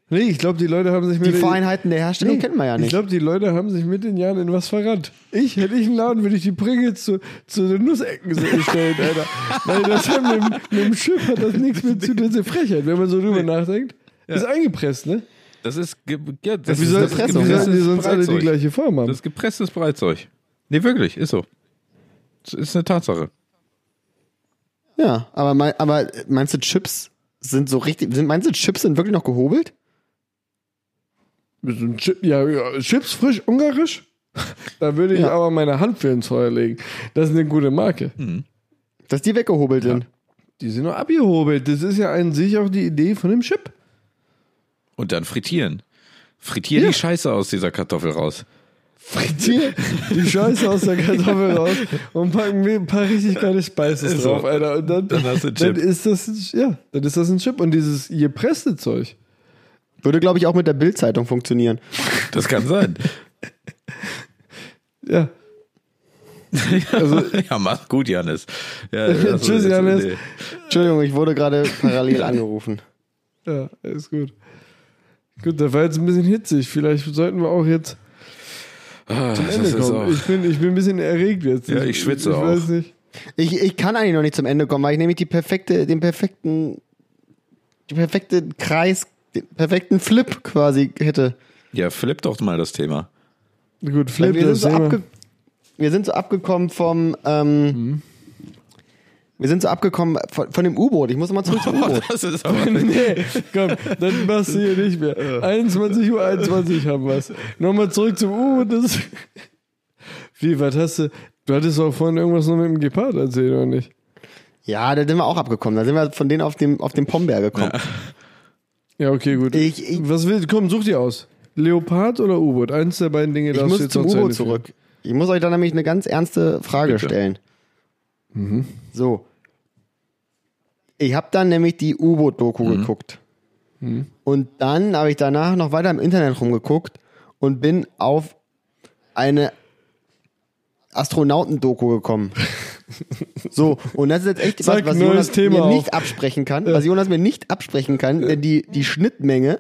Speaker 2: Nee, ich glaube, die Leute haben sich mit
Speaker 1: Die
Speaker 2: den-
Speaker 1: Feinheiten der Herstellung
Speaker 2: Nee,
Speaker 1: kennt man ja
Speaker 2: Ich
Speaker 1: nicht.
Speaker 2: glaube, die Leute haben sich mit den Jahren in was verrannt. Ich hätte ich einen Laden, würde ich die Pringles zu, zu den Nussecken so gestellt, Alter. Weil das hat mit, dem- mit dem Schiff hat das nichts mit zu tun. Das ist Frechheit, wenn man so drüber nachdenkt. Ist eingepresst, ne?
Speaker 3: Das ist ge- ja, das
Speaker 2: Wie
Speaker 3: ist
Speaker 2: soll-
Speaker 3: das
Speaker 2: wie
Speaker 1: Pressung,
Speaker 3: gepresstes
Speaker 2: sollten die sonst alle die
Speaker 3: Breizeug.
Speaker 2: gleiche Form haben?
Speaker 3: Das ist gepresstes Breizeug. Nee, wirklich, ist so. Das ist eine Tatsache.
Speaker 1: Ja, aber, mein, aber meinst du, Chips sind so richtig, sind, meinst du, Chips sind wirklich noch gehobelt?
Speaker 2: Bisschen Chip, ja, ja, Chips frisch ungarisch? Da würde ich
Speaker 1: Ja.
Speaker 3: Hm.
Speaker 2: aber meine Hand für ins Feuer legen. Das ist eine gute Marke.
Speaker 1: Dass die weggehobelt sind?
Speaker 2: Die sind nur abgehobelt. Das ist ja an sich auch die Idee von dem Chip.
Speaker 3: Und dann frittieren. Frittier
Speaker 2: Ja.
Speaker 3: die Scheiße aus dieser Kartoffel raus.
Speaker 2: Frittier die Scheiße aus der Kartoffel raus und packen mir ein paar richtig geile Spices
Speaker 3: So.
Speaker 2: drauf, Alter. Und dann,
Speaker 3: Dann hast du einen
Speaker 2: dann
Speaker 3: Chip.
Speaker 2: ist das, ein- ja, dann ist das ein Chip. Und dieses gepresste Zeug.
Speaker 1: Würde, glaube ich, auch mit der Bild-Zeitung funktionieren.
Speaker 3: Das kann sein.
Speaker 2: Ja.
Speaker 3: ja, mach's gut, Janis. Ja, das-
Speaker 2: Also, Tschüss,
Speaker 3: das-
Speaker 2: Janis.
Speaker 3: nee.
Speaker 1: Entschuldigung, ich wurde gerade parallel angerufen.
Speaker 2: Ja, ist gut. Gut, das war jetzt ein bisschen hitzig. Vielleicht sollten wir auch jetzt
Speaker 3: Ah,
Speaker 2: zum
Speaker 3: das
Speaker 2: Ende
Speaker 3: ist auch.
Speaker 2: kommen. Ich bin, ich bin ein bisschen erregt jetzt.
Speaker 3: Ja, ich schwitze
Speaker 2: ich,
Speaker 3: auch.
Speaker 2: Weiß nicht.
Speaker 1: Ich, ich kann eigentlich noch nicht zum Ende kommen, weil ich nämlich die perfekte, den perfekten, den perfekten Kreis, den perfekten Flip quasi hätte.
Speaker 3: Ja, flipp doch mal das Thema.
Speaker 2: Gut,
Speaker 1: Weil
Speaker 2: flip
Speaker 1: wir, sind
Speaker 2: das
Speaker 1: so
Speaker 2: Thema.
Speaker 1: abge wir sind so abgekommen vom, ähm,
Speaker 2: Mhm.
Speaker 1: wir sind so abgekommen von, von dem U-Boot. Ich muss mal zurück zum
Speaker 2: Oh.
Speaker 1: U-Boot.
Speaker 3: Das ist Hm, aber.
Speaker 2: Nee, komm, dann machst du hier nicht mehr. 21 Uhr 21 haben wir's. Nochmal zurück zum U. Das Wie, was hast du? Du hattest auch vorhin irgendwas noch mit dem Gepard erzählt, oder nicht?
Speaker 1: Ja, da sind wir auch abgekommen. Da sind wir von denen auf dem, auf dem Pombeer gekommen.
Speaker 2: Ja, okay, gut.
Speaker 1: Ich- ich-
Speaker 2: Was willst Komm, such dir aus. Leopard oder U-Boot? Eins der beiden Dinge
Speaker 1: ich
Speaker 2: darfst du
Speaker 1: muss
Speaker 2: jetzt
Speaker 1: zum
Speaker 2: noch
Speaker 1: U-Boot
Speaker 2: Ende führen.
Speaker 1: zurück. Ich muss euch da nämlich eine ganz ernste Frage
Speaker 3: Bitte.
Speaker 1: stellen. So. Ich habe dann nämlich die U-Boot-Doku geguckt. Und dann habe ich danach noch weiter im Internet rumgeguckt und bin auf eine Astronautendoku gekommen. so, und das ist jetzt echt was,
Speaker 2: Zeig
Speaker 1: was
Speaker 2: ein neues
Speaker 1: Jonas
Speaker 2: Thema
Speaker 1: mir nicht
Speaker 2: auf.
Speaker 1: absprechen kann. Was Jonas mir nicht absprechen kann, denn die, die Schnittmenge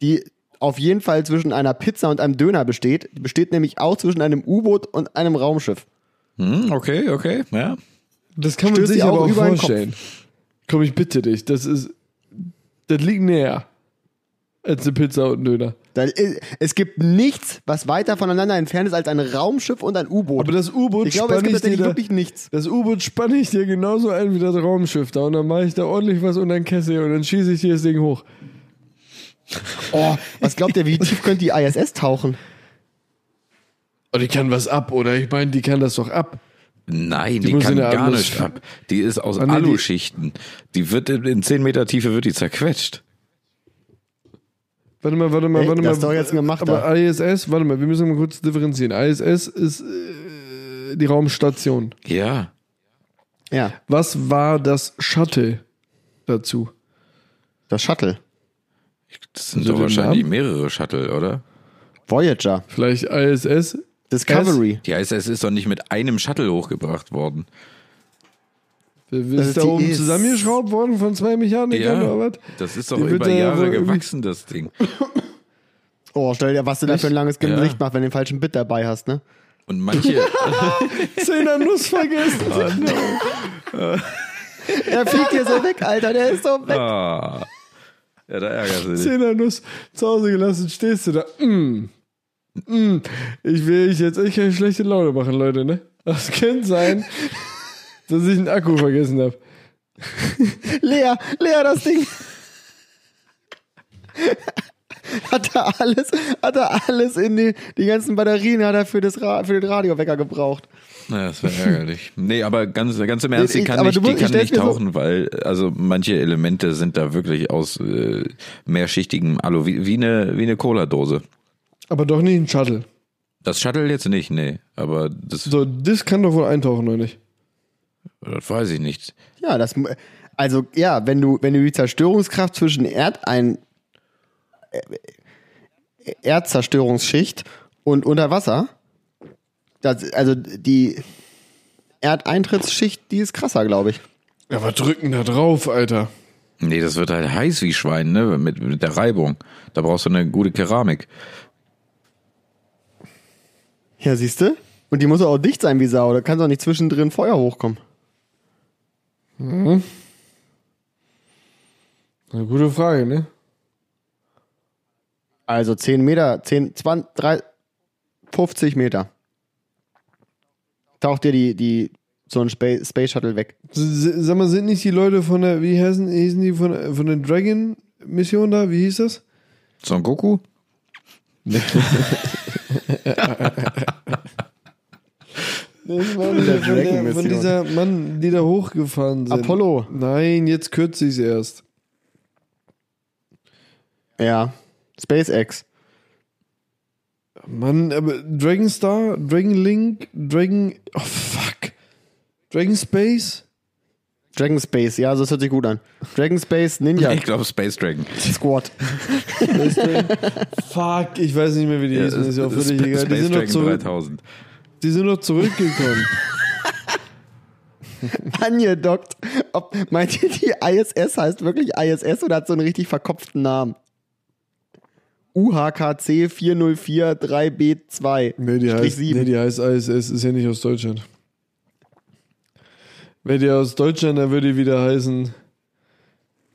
Speaker 1: die auf jeden Fall zwischen einer Pizza und einem Döner besteht, Die besteht nämlich auch zwischen einem U-Boot und einem Raumschiff.
Speaker 3: Hm, okay, okay, ja.
Speaker 2: Das kann man
Speaker 1: Stößt
Speaker 2: sich
Speaker 1: dir
Speaker 2: aber
Speaker 1: auch
Speaker 2: auch
Speaker 1: über den
Speaker 2: vorstellen. Komm, ich bitte dich. Das ist. Das liegt näher. Als eine Pizza und ein Döner.
Speaker 1: Da, i- es gibt nichts, was weiter voneinander entfernt ist als ein Raumschiff und ein U-Boot.
Speaker 2: Aber das U-Boot
Speaker 1: ich glaube, es
Speaker 2: spann
Speaker 1: gibt
Speaker 2: ich dir
Speaker 1: tatsächlich
Speaker 2: da-
Speaker 1: wirklich nichts.
Speaker 2: Das U-Boot spanne ich dir genauso ein wie das Raumschiff da und dann mache ich da ordentlich was unter den Kessel und dann schieße ich dir das Ding hoch.
Speaker 1: Oh, was glaubt ihr, wie tief könnte die ISS tauchen?
Speaker 2: Und Oh, die kann was ab, oder? Ich meine, die kann das doch ab.
Speaker 3: Nein, die,
Speaker 2: muss
Speaker 3: kann
Speaker 2: in der
Speaker 3: gar nicht
Speaker 2: Atmosphäre-
Speaker 3: ab. Die ist aus
Speaker 2: Ah, nee, die-
Speaker 3: Aluschichten. Die wird in in 10 Meter Tiefe wird die zerquetscht.
Speaker 2: Warte mal, warte mal,
Speaker 1: Ey,
Speaker 2: warte mal.
Speaker 1: das ist doch jetzt ein gemachter.
Speaker 2: Aber ISS, warte mal, wir müssen mal kurz differenzieren. ISS ist äh, die Raumstation.
Speaker 3: Ja.
Speaker 1: Ja,
Speaker 2: Was war das Shuttle dazu?
Speaker 1: das Shuttle.
Speaker 3: Das sind
Speaker 2: Also
Speaker 3: doch
Speaker 2: den
Speaker 3: wahrscheinlich
Speaker 2: Namen?
Speaker 3: mehrere Shuttle, oder?
Speaker 1: Voyager.
Speaker 2: Vielleicht ISS?
Speaker 1: Discovery.
Speaker 3: Die ISS ist doch nicht mit einem Shuttle hochgebracht worden.
Speaker 2: Ist,
Speaker 1: Das ist
Speaker 2: da
Speaker 1: die
Speaker 2: oben
Speaker 1: ISS.
Speaker 2: zusammengeschraubt worden von zwei Mechanikern oder was?
Speaker 3: das ist doch
Speaker 2: Die wird
Speaker 3: über
Speaker 2: da ja wohl
Speaker 3: Jahre
Speaker 2: irgendwie-
Speaker 3: gewachsen, das Ding.
Speaker 1: Oh, stell dir, was du da für ein langes Gesicht
Speaker 3: Ja.
Speaker 1: machst, wenn du den falschen Bit dabei hast, ne?
Speaker 3: Und manche,
Speaker 2: Zehner Nuss vergessen.
Speaker 1: Der fliegt hier so weg, Alter, der ist so weg.
Speaker 3: ah, ja, da ärgerst du dich.
Speaker 2: Zehnernuss zu Hause gelassen, stehst du da. Mm. Mm. Ich will euch jetzt echt keine schlechte Laune machen, Leute, ne? Das könnte sein, dass ich einen Akku vergessen habe.
Speaker 1: Leer, leer das Ding. hat er alles, hat er alles in die, die ganzen Batterien hat er für, das Ra für den Radiowecker gebraucht.
Speaker 3: Ja, das wäre ärgerlich. Nee, aber ganz, ganz im Ernst,
Speaker 1: Nee,
Speaker 3: die
Speaker 1: ich-
Speaker 3: kann
Speaker 1: aber
Speaker 3: nicht,
Speaker 1: du
Speaker 3: die
Speaker 1: musst- ich
Speaker 3: kann
Speaker 1: stell's
Speaker 3: nicht
Speaker 1: mir so-
Speaker 3: tauchen, weil also manche Elemente sind da wirklich aus äh, mehrschichtigem Alu, wie, wie eine, wie eine Cola-Dose.
Speaker 2: Aber doch nicht ein Shuttle.
Speaker 3: Das Shuttle jetzt nicht, nee, aber das,
Speaker 2: So, das kann doch wohl eintauchen, oder nicht?
Speaker 3: das weiß ich nicht.
Speaker 1: Ja, das, mu- also, ja, wenn du, wenn du die Zerstörungskraft zwischen Erdein, äh, Erdzerstörungsschicht und Unterwasser, das, also die Erdeintrittsschicht, die ist krasser, glaube ich.
Speaker 2: Ja, aber drücken da drauf, Alter.
Speaker 3: Nee, das wird halt heiß wie Schwein, ne, mit, mit der Reibung. Da brauchst du eine gute Keramik.
Speaker 1: Ja, siehst du? Und die muss auch dicht sein wie Sau, da kann doch nicht zwischendrin Feuer hochkommen.
Speaker 2: Eine gute Frage, ne?
Speaker 1: Also 10 Meter, 10, 20, 30, 50 Meter. Taucht dir die, die, so ein Space, Space Shuttle weg.
Speaker 2: S- s- Sag mal, sind nicht die Leute von der, wie heißen, hießen die von, von der Dragon-Mission da? Wie hieß das?
Speaker 3: Son Goku?
Speaker 2: Das war der, von, der, von
Speaker 5: Dragon-Mission.
Speaker 2: dieser Mann, die da hochgefahren sind.
Speaker 1: Apollo.
Speaker 2: Nein, jetzt kürze ich es erst.
Speaker 1: Ja. SpaceX.
Speaker 2: Mann, aber Dragon Star, Dragon Link, Dragon. Oh fuck. Dragon Space?
Speaker 1: Dragon Space, ja, das hört sich gut an. Dragon Space Ninja
Speaker 3: Ich glaube Space Dragon.
Speaker 1: Squad.
Speaker 2: Space Dragon? fuck, ich weiß nicht mehr, wie die hießen. Ist ja auch völlig
Speaker 3: Äh,
Speaker 2: egal.
Speaker 3: Sp-
Speaker 2: Die
Speaker 3: Space
Speaker 2: sind doch
Speaker 3: Dragon
Speaker 2: zurück.
Speaker 3: 3000.
Speaker 2: Die sind doch zurückgekommen.
Speaker 1: Angedockt. Ob, meint ihr, die ISS heißt wirklich ISS oder hat so einen richtig verkopften Namen? UHKC 404 3B2.
Speaker 2: Nee, die
Speaker 1: Strich
Speaker 2: heißt,
Speaker 1: sieben.
Speaker 2: nee, die heißt ISS, ist ja nicht aus Deutschland. Wäre die aus Deutschland, dann würde die wieder heißen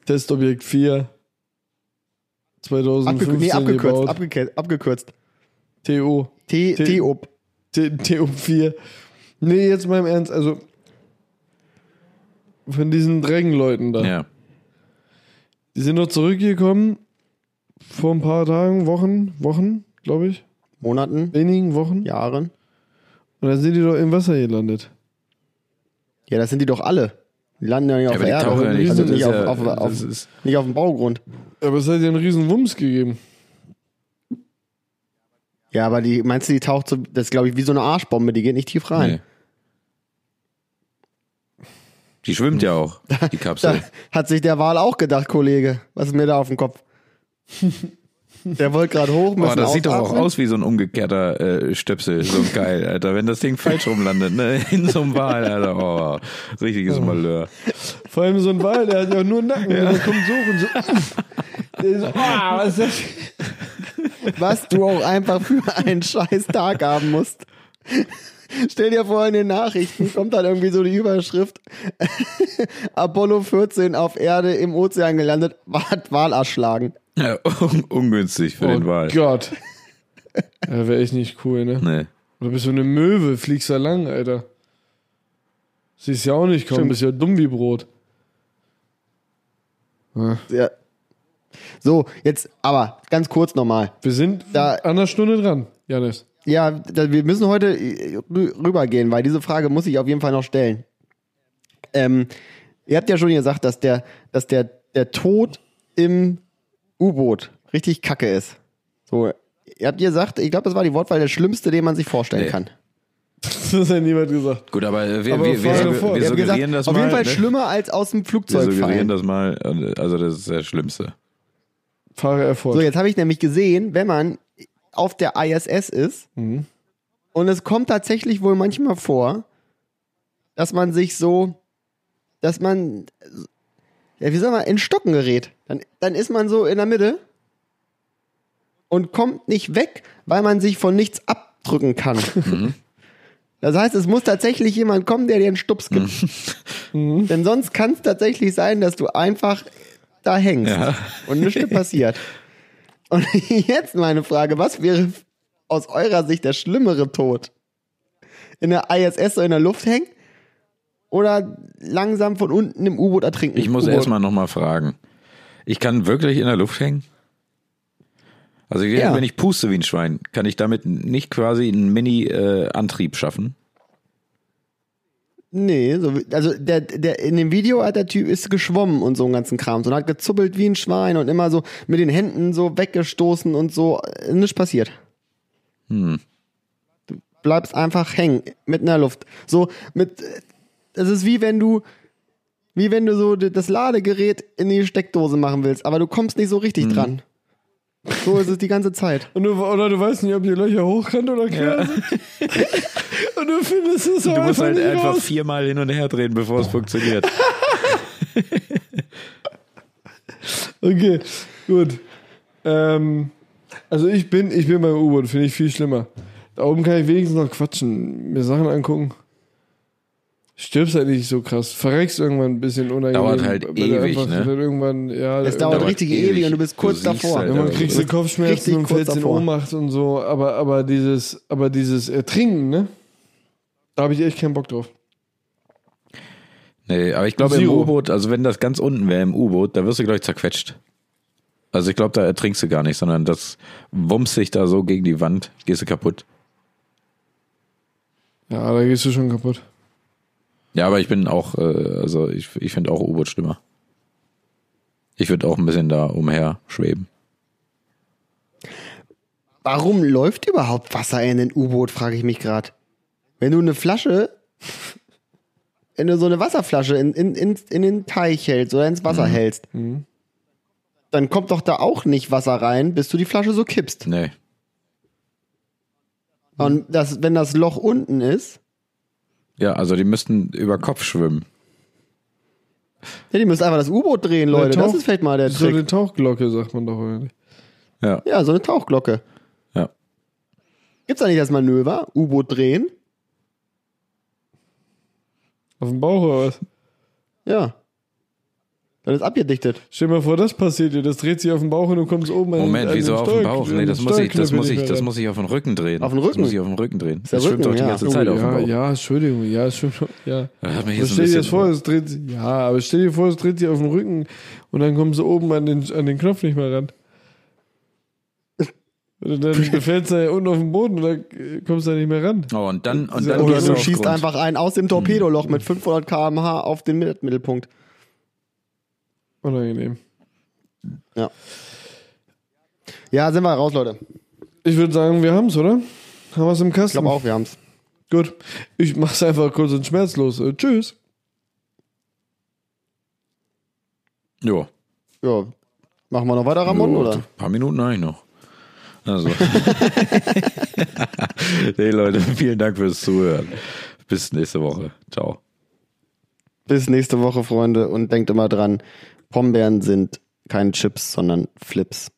Speaker 2: Testobjekt 4
Speaker 1: Abge
Speaker 2: 2015
Speaker 1: nee, abgekürzt,
Speaker 2: gebaut.
Speaker 1: abgekürzt, abgekürzt.
Speaker 2: TO.
Speaker 1: T,
Speaker 2: T-
Speaker 1: T, ob.
Speaker 2: T- TO4. Nee, jetzt mal im Ernst, also von diesen Drängenleuten da.
Speaker 3: Ja.
Speaker 2: Die sind doch zurückgekommen vor ein paar Tagen, Wochen, Wochen, glaube ich.
Speaker 1: Monaten,
Speaker 2: Wenigen Wochen.
Speaker 1: Jahren.
Speaker 2: Und dann sind die doch im Wasser gelandet.
Speaker 1: Ja, das sind die doch alle. Die landen ja nicht auf
Speaker 3: aber
Speaker 1: der
Speaker 3: die
Speaker 1: Erde.
Speaker 3: tauchen ja nicht.
Speaker 1: Also
Speaker 3: Das
Speaker 1: nicht,
Speaker 3: ist
Speaker 1: auf,
Speaker 3: ja-
Speaker 1: auf,
Speaker 3: das
Speaker 1: auf,
Speaker 3: ist-
Speaker 1: nicht auf dem Baugrund.
Speaker 2: Aber es hat ja einen riesen Wumms gegeben.
Speaker 1: Ja, aber die, meinst du, die taucht so, das ist, glaube ich, wie so eine Arschbombe, die geht nicht tief rein.
Speaker 3: Nee. Die schwimmt ja auch, die
Speaker 1: Da
Speaker 3: Kapsel.
Speaker 1: hat sich der Wal auch gedacht, Kollege, was ist mir da auf dem Kopf? der wollte gerade hoch,
Speaker 3: Boah,
Speaker 1: müssen
Speaker 3: das sieht doch auch
Speaker 1: ausatmen.
Speaker 3: aus wie so ein umgekehrter äh, Stöpsel. So ein geil, Alter. Wenn das Ding falsch rumlandet, ne? In so einem Wal, Alter. Oh, richtiges Malheur.
Speaker 2: Vor allem so ein Wal, der hat ja nur einen Nacken. Und der kommt so und so. Der so, ah, was ist das?
Speaker 1: Was du auch einfach für einen scheiß Tag haben musst. Stell dir vor, in den Nachrichten kommt dann irgendwie so die Überschrift Apollo 14 auf Erde im Ozean gelandet, hat Wal erschlagen.
Speaker 3: Ja, un ungünstig für
Speaker 1: Oh
Speaker 3: den Wal.
Speaker 2: Oh Gott. Ja, wäre echt nicht cool, ne?
Speaker 3: Nee.
Speaker 2: Du bist so eine Möwe, fliegst da lang, Alter. Siehst ja auch nicht kommen, bist ja dumm wie Brot.
Speaker 1: Ja. So, jetzt aber ganz kurz nochmal.
Speaker 2: Wir sind
Speaker 1: Da-
Speaker 2: an einer Stunde dran, Janis.
Speaker 1: Ja, da, wir müssen heute äh, rü- rübergehen, weil diese Frage muss ich auf jeden Fall noch stellen. Ähm, ihr habt ja schon gesagt, dass der, dass der, der Tod im U-Boot richtig kacke ist. So, ihr habt gesagt, ich glaube, das war die Wortwahl der schlimmste, den man sich vorstellen
Speaker 3: Nee.
Speaker 1: kann.
Speaker 2: Das hat ja niemand gesagt.
Speaker 3: Gut, aber äh, wir,
Speaker 2: Aber
Speaker 3: wir, wir,
Speaker 2: fahr
Speaker 3: wir,
Speaker 2: vor. Wir
Speaker 3: wir
Speaker 1: Ihr habt
Speaker 3: suggerieren
Speaker 1: gesagt,
Speaker 3: das
Speaker 1: auf
Speaker 3: mal.
Speaker 1: jeden Fall
Speaker 3: ne?
Speaker 1: schlimmer als aus dem
Speaker 3: wir
Speaker 1: Flugzeug
Speaker 3: suggerieren
Speaker 1: fallen.
Speaker 3: das mal. Also, das ist das Schlimmste.
Speaker 2: Fahre Erfolg.
Speaker 1: So, jetzt habe ich nämlich gesehen, wenn man auf der ISS ist und es kommt tatsächlich wohl manchmal vor, dass man sich so, dass man, ja, wie soll man, in Stocken gerät. Dann, dann ist man so in der Mitte und kommt nicht weg, weil man sich von nichts abdrücken kann. Das heißt, es muss tatsächlich jemand kommen, der dir einen Stups gibt. Denn sonst kann es tatsächlich sein, dass du einfach da hängst
Speaker 3: Ja.
Speaker 1: und nichts mehr passiert. Und jetzt meine Frage, was wäre aus eurer Sicht der schlimmere Tod? In der ISS so in der Luft hängen? Oder langsam von unten im U-Boot ertrinken?
Speaker 3: Ich muss
Speaker 1: U-Boot.
Speaker 3: erstmal nochmal fragen. Ich kann wirklich in der Luft hängen? Also
Speaker 1: Ja.
Speaker 3: wenn ich puste wie ein Schwein, kann ich damit nicht quasi einen Mini-Antrieb schaffen?
Speaker 1: Nee, so, wie- also der, der, in dem Video hat der Typ ist geschwommen und so einen ganzen Kram und hat gezuppelt wie ein Schwein und immer so mit den Händen so weggestoßen und so. Äh, Nichts passiert.
Speaker 3: Hm.
Speaker 1: Du bleibst einfach hängen, mit in der Luft. So, mit. äh, Es ist wie wenn du. Wie wenn du so d- das Ladegerät in die Steckdose machen willst, aber du kommst nicht so richtig
Speaker 3: Hm.
Speaker 1: dran. So ist es die ganze Zeit.
Speaker 2: Und du, oder du weißt nicht, ob die Löcher hochkant oder quer sind. Und du findest es
Speaker 3: Du musst halt
Speaker 2: nicht
Speaker 3: einfach
Speaker 2: raus.
Speaker 3: viermal hin und her drehen, bevor es funktioniert.
Speaker 2: Okay, gut. Ähm, also ich bin, ich bin beim U-Boot, finde ich viel schlimmer. Da oben kann ich wenigstens noch quatschen, mir Sachen angucken. Stirbst halt nicht so krass. Verreckst irgendwann ein bisschen unangenehm.
Speaker 3: Dauert halt
Speaker 2: weil du
Speaker 3: ewig,
Speaker 2: einfach
Speaker 3: ne?
Speaker 2: dann Irgendwann, ja,
Speaker 1: Es dauert
Speaker 3: dauert
Speaker 1: richtig
Speaker 3: ewig.
Speaker 1: ewig und du bist
Speaker 3: Du
Speaker 1: kurz
Speaker 3: siehst
Speaker 1: davor.
Speaker 3: halt-
Speaker 2: Ja, man
Speaker 3: Alter,
Speaker 2: kriegt so
Speaker 3: richtig
Speaker 2: Kopfschmerzen um und
Speaker 1: kurz
Speaker 2: fällt in
Speaker 1: davor.
Speaker 2: Ohnmacht und so, aber, aber dieses, aber dieses Ertrinken, ne? Da habe ich echt keinen Bock drauf.
Speaker 3: Nee, aber ich glaube im
Speaker 2: Zero.
Speaker 3: U-Boot, also wenn das ganz unten wäre im U-Boot, da wirst du, glaube ich, zerquetscht. Also ich glaube, da ertrinkst du gar nicht, sondern das wummst dich da so gegen die Wand, gehst du kaputt.
Speaker 2: Ja, da gehst du schon kaputt.
Speaker 3: Ja, aber ich bin auch, äh, also ich, ich finde auch U-Boot schlimmer. Ich würde auch ein bisschen da umher schweben.
Speaker 1: Warum läuft überhaupt Wasser in ein U-Boot, frage ich mich gerade. Wenn du eine Flasche, wenn du so eine Wasserflasche in, in, in, in den Teich hältst oder ins
Speaker 2: Mhm.
Speaker 1: Wasser hältst, dann kommt doch da auch nicht Wasser rein, bis du die Flasche so
Speaker 2: Mhm.
Speaker 1: kippst.
Speaker 3: Nee.
Speaker 1: Und das, wenn das Loch unten ist,
Speaker 3: Ja, also die müssten über Kopf schwimmen.
Speaker 1: ja, die müssen einfach das U-Boot drehen, Leute.
Speaker 2: Der
Speaker 1: Das
Speaker 2: Tauch-
Speaker 1: ist vielleicht mal der
Speaker 2: So eine
Speaker 1: Trick.
Speaker 2: Tauchglocke, sagt man doch eigentlich.
Speaker 3: Ja,
Speaker 1: Ja, so eine Tauchglocke.
Speaker 3: ja.
Speaker 1: Gibt's da nicht das Manöver? U-Boot drehen?
Speaker 2: Auf dem Bauch oder was?
Speaker 1: Ja. Dann ist abgedichtet.
Speaker 2: Stell dir mal vor, das passiert dir. Das dreht sich auf dem Bauch und du kommst oben an
Speaker 3: Moment,
Speaker 2: an
Speaker 3: wieso
Speaker 2: den
Speaker 3: auf dem
Speaker 2: Steuer-
Speaker 3: Bauch?
Speaker 2: an
Speaker 3: Nee,
Speaker 2: den
Speaker 3: das muss ich, das
Speaker 2: Steuerknüppel
Speaker 3: muss
Speaker 2: nicht
Speaker 3: ich,
Speaker 2: mehr
Speaker 3: das
Speaker 2: ran.
Speaker 3: muss ich auf den Rücken drehen.
Speaker 1: Auf den
Speaker 3: Das
Speaker 1: Rücken?
Speaker 3: muss ich auf den Rücken drehen.
Speaker 1: der
Speaker 3: Das schwimmt
Speaker 1: Rücken,
Speaker 3: doch die
Speaker 1: ja.
Speaker 3: ganze Zeit auf dem
Speaker 2: Oh, ja,
Speaker 3: Bauch. Ah,
Speaker 2: ja, Entschuldigung, ja, Entschuldigung, ja.
Speaker 3: Das hat mich
Speaker 2: Aber
Speaker 3: jetzt ein
Speaker 2: stell dir das
Speaker 3: bisschen-
Speaker 2: vor, es dreht sich, ja, aber stell dir vor, es dreht sich auf den Rücken und dann kommst du oben an den, an den Knopf nicht mehr ran. Und dann fällst du da unten auf den Boden und dann äh, kommst du da nicht mehr ran.
Speaker 3: Oh, und dann, und dann
Speaker 2: Oder
Speaker 1: Oder
Speaker 3: gehst
Speaker 1: du
Speaker 3: auf
Speaker 1: schießt
Speaker 3: Grund.
Speaker 1: einfach einen aus dem Torpedoloch mit 500 km/h auf den Mit- Mittelpunkt.
Speaker 2: Unangenehm.
Speaker 1: Ja. Ja, sind wir raus, Leute.
Speaker 2: Ich würde sagen, wir haben's, oder? Haben wir's im
Speaker 1: Ich
Speaker 2: Kasten?
Speaker 1: glaube auch, wir haben's.
Speaker 2: Gut. Ich mach's einfach kurz und schmerzlos. Äh, tschüss.
Speaker 3: Jo.
Speaker 1: Ja. Machen wir noch weiter, Ramon,
Speaker 3: Jo,
Speaker 1: oder?
Speaker 3: Ein paar Minuten eigentlich noch. Also. nee, Leute, vielen Dank fürs Zuhören. Bis nächste Woche. Ciao.
Speaker 1: Bis nächste Woche, Freunde. Und denkt immer dran, Pombeeren sind keine Chips, sondern Flips.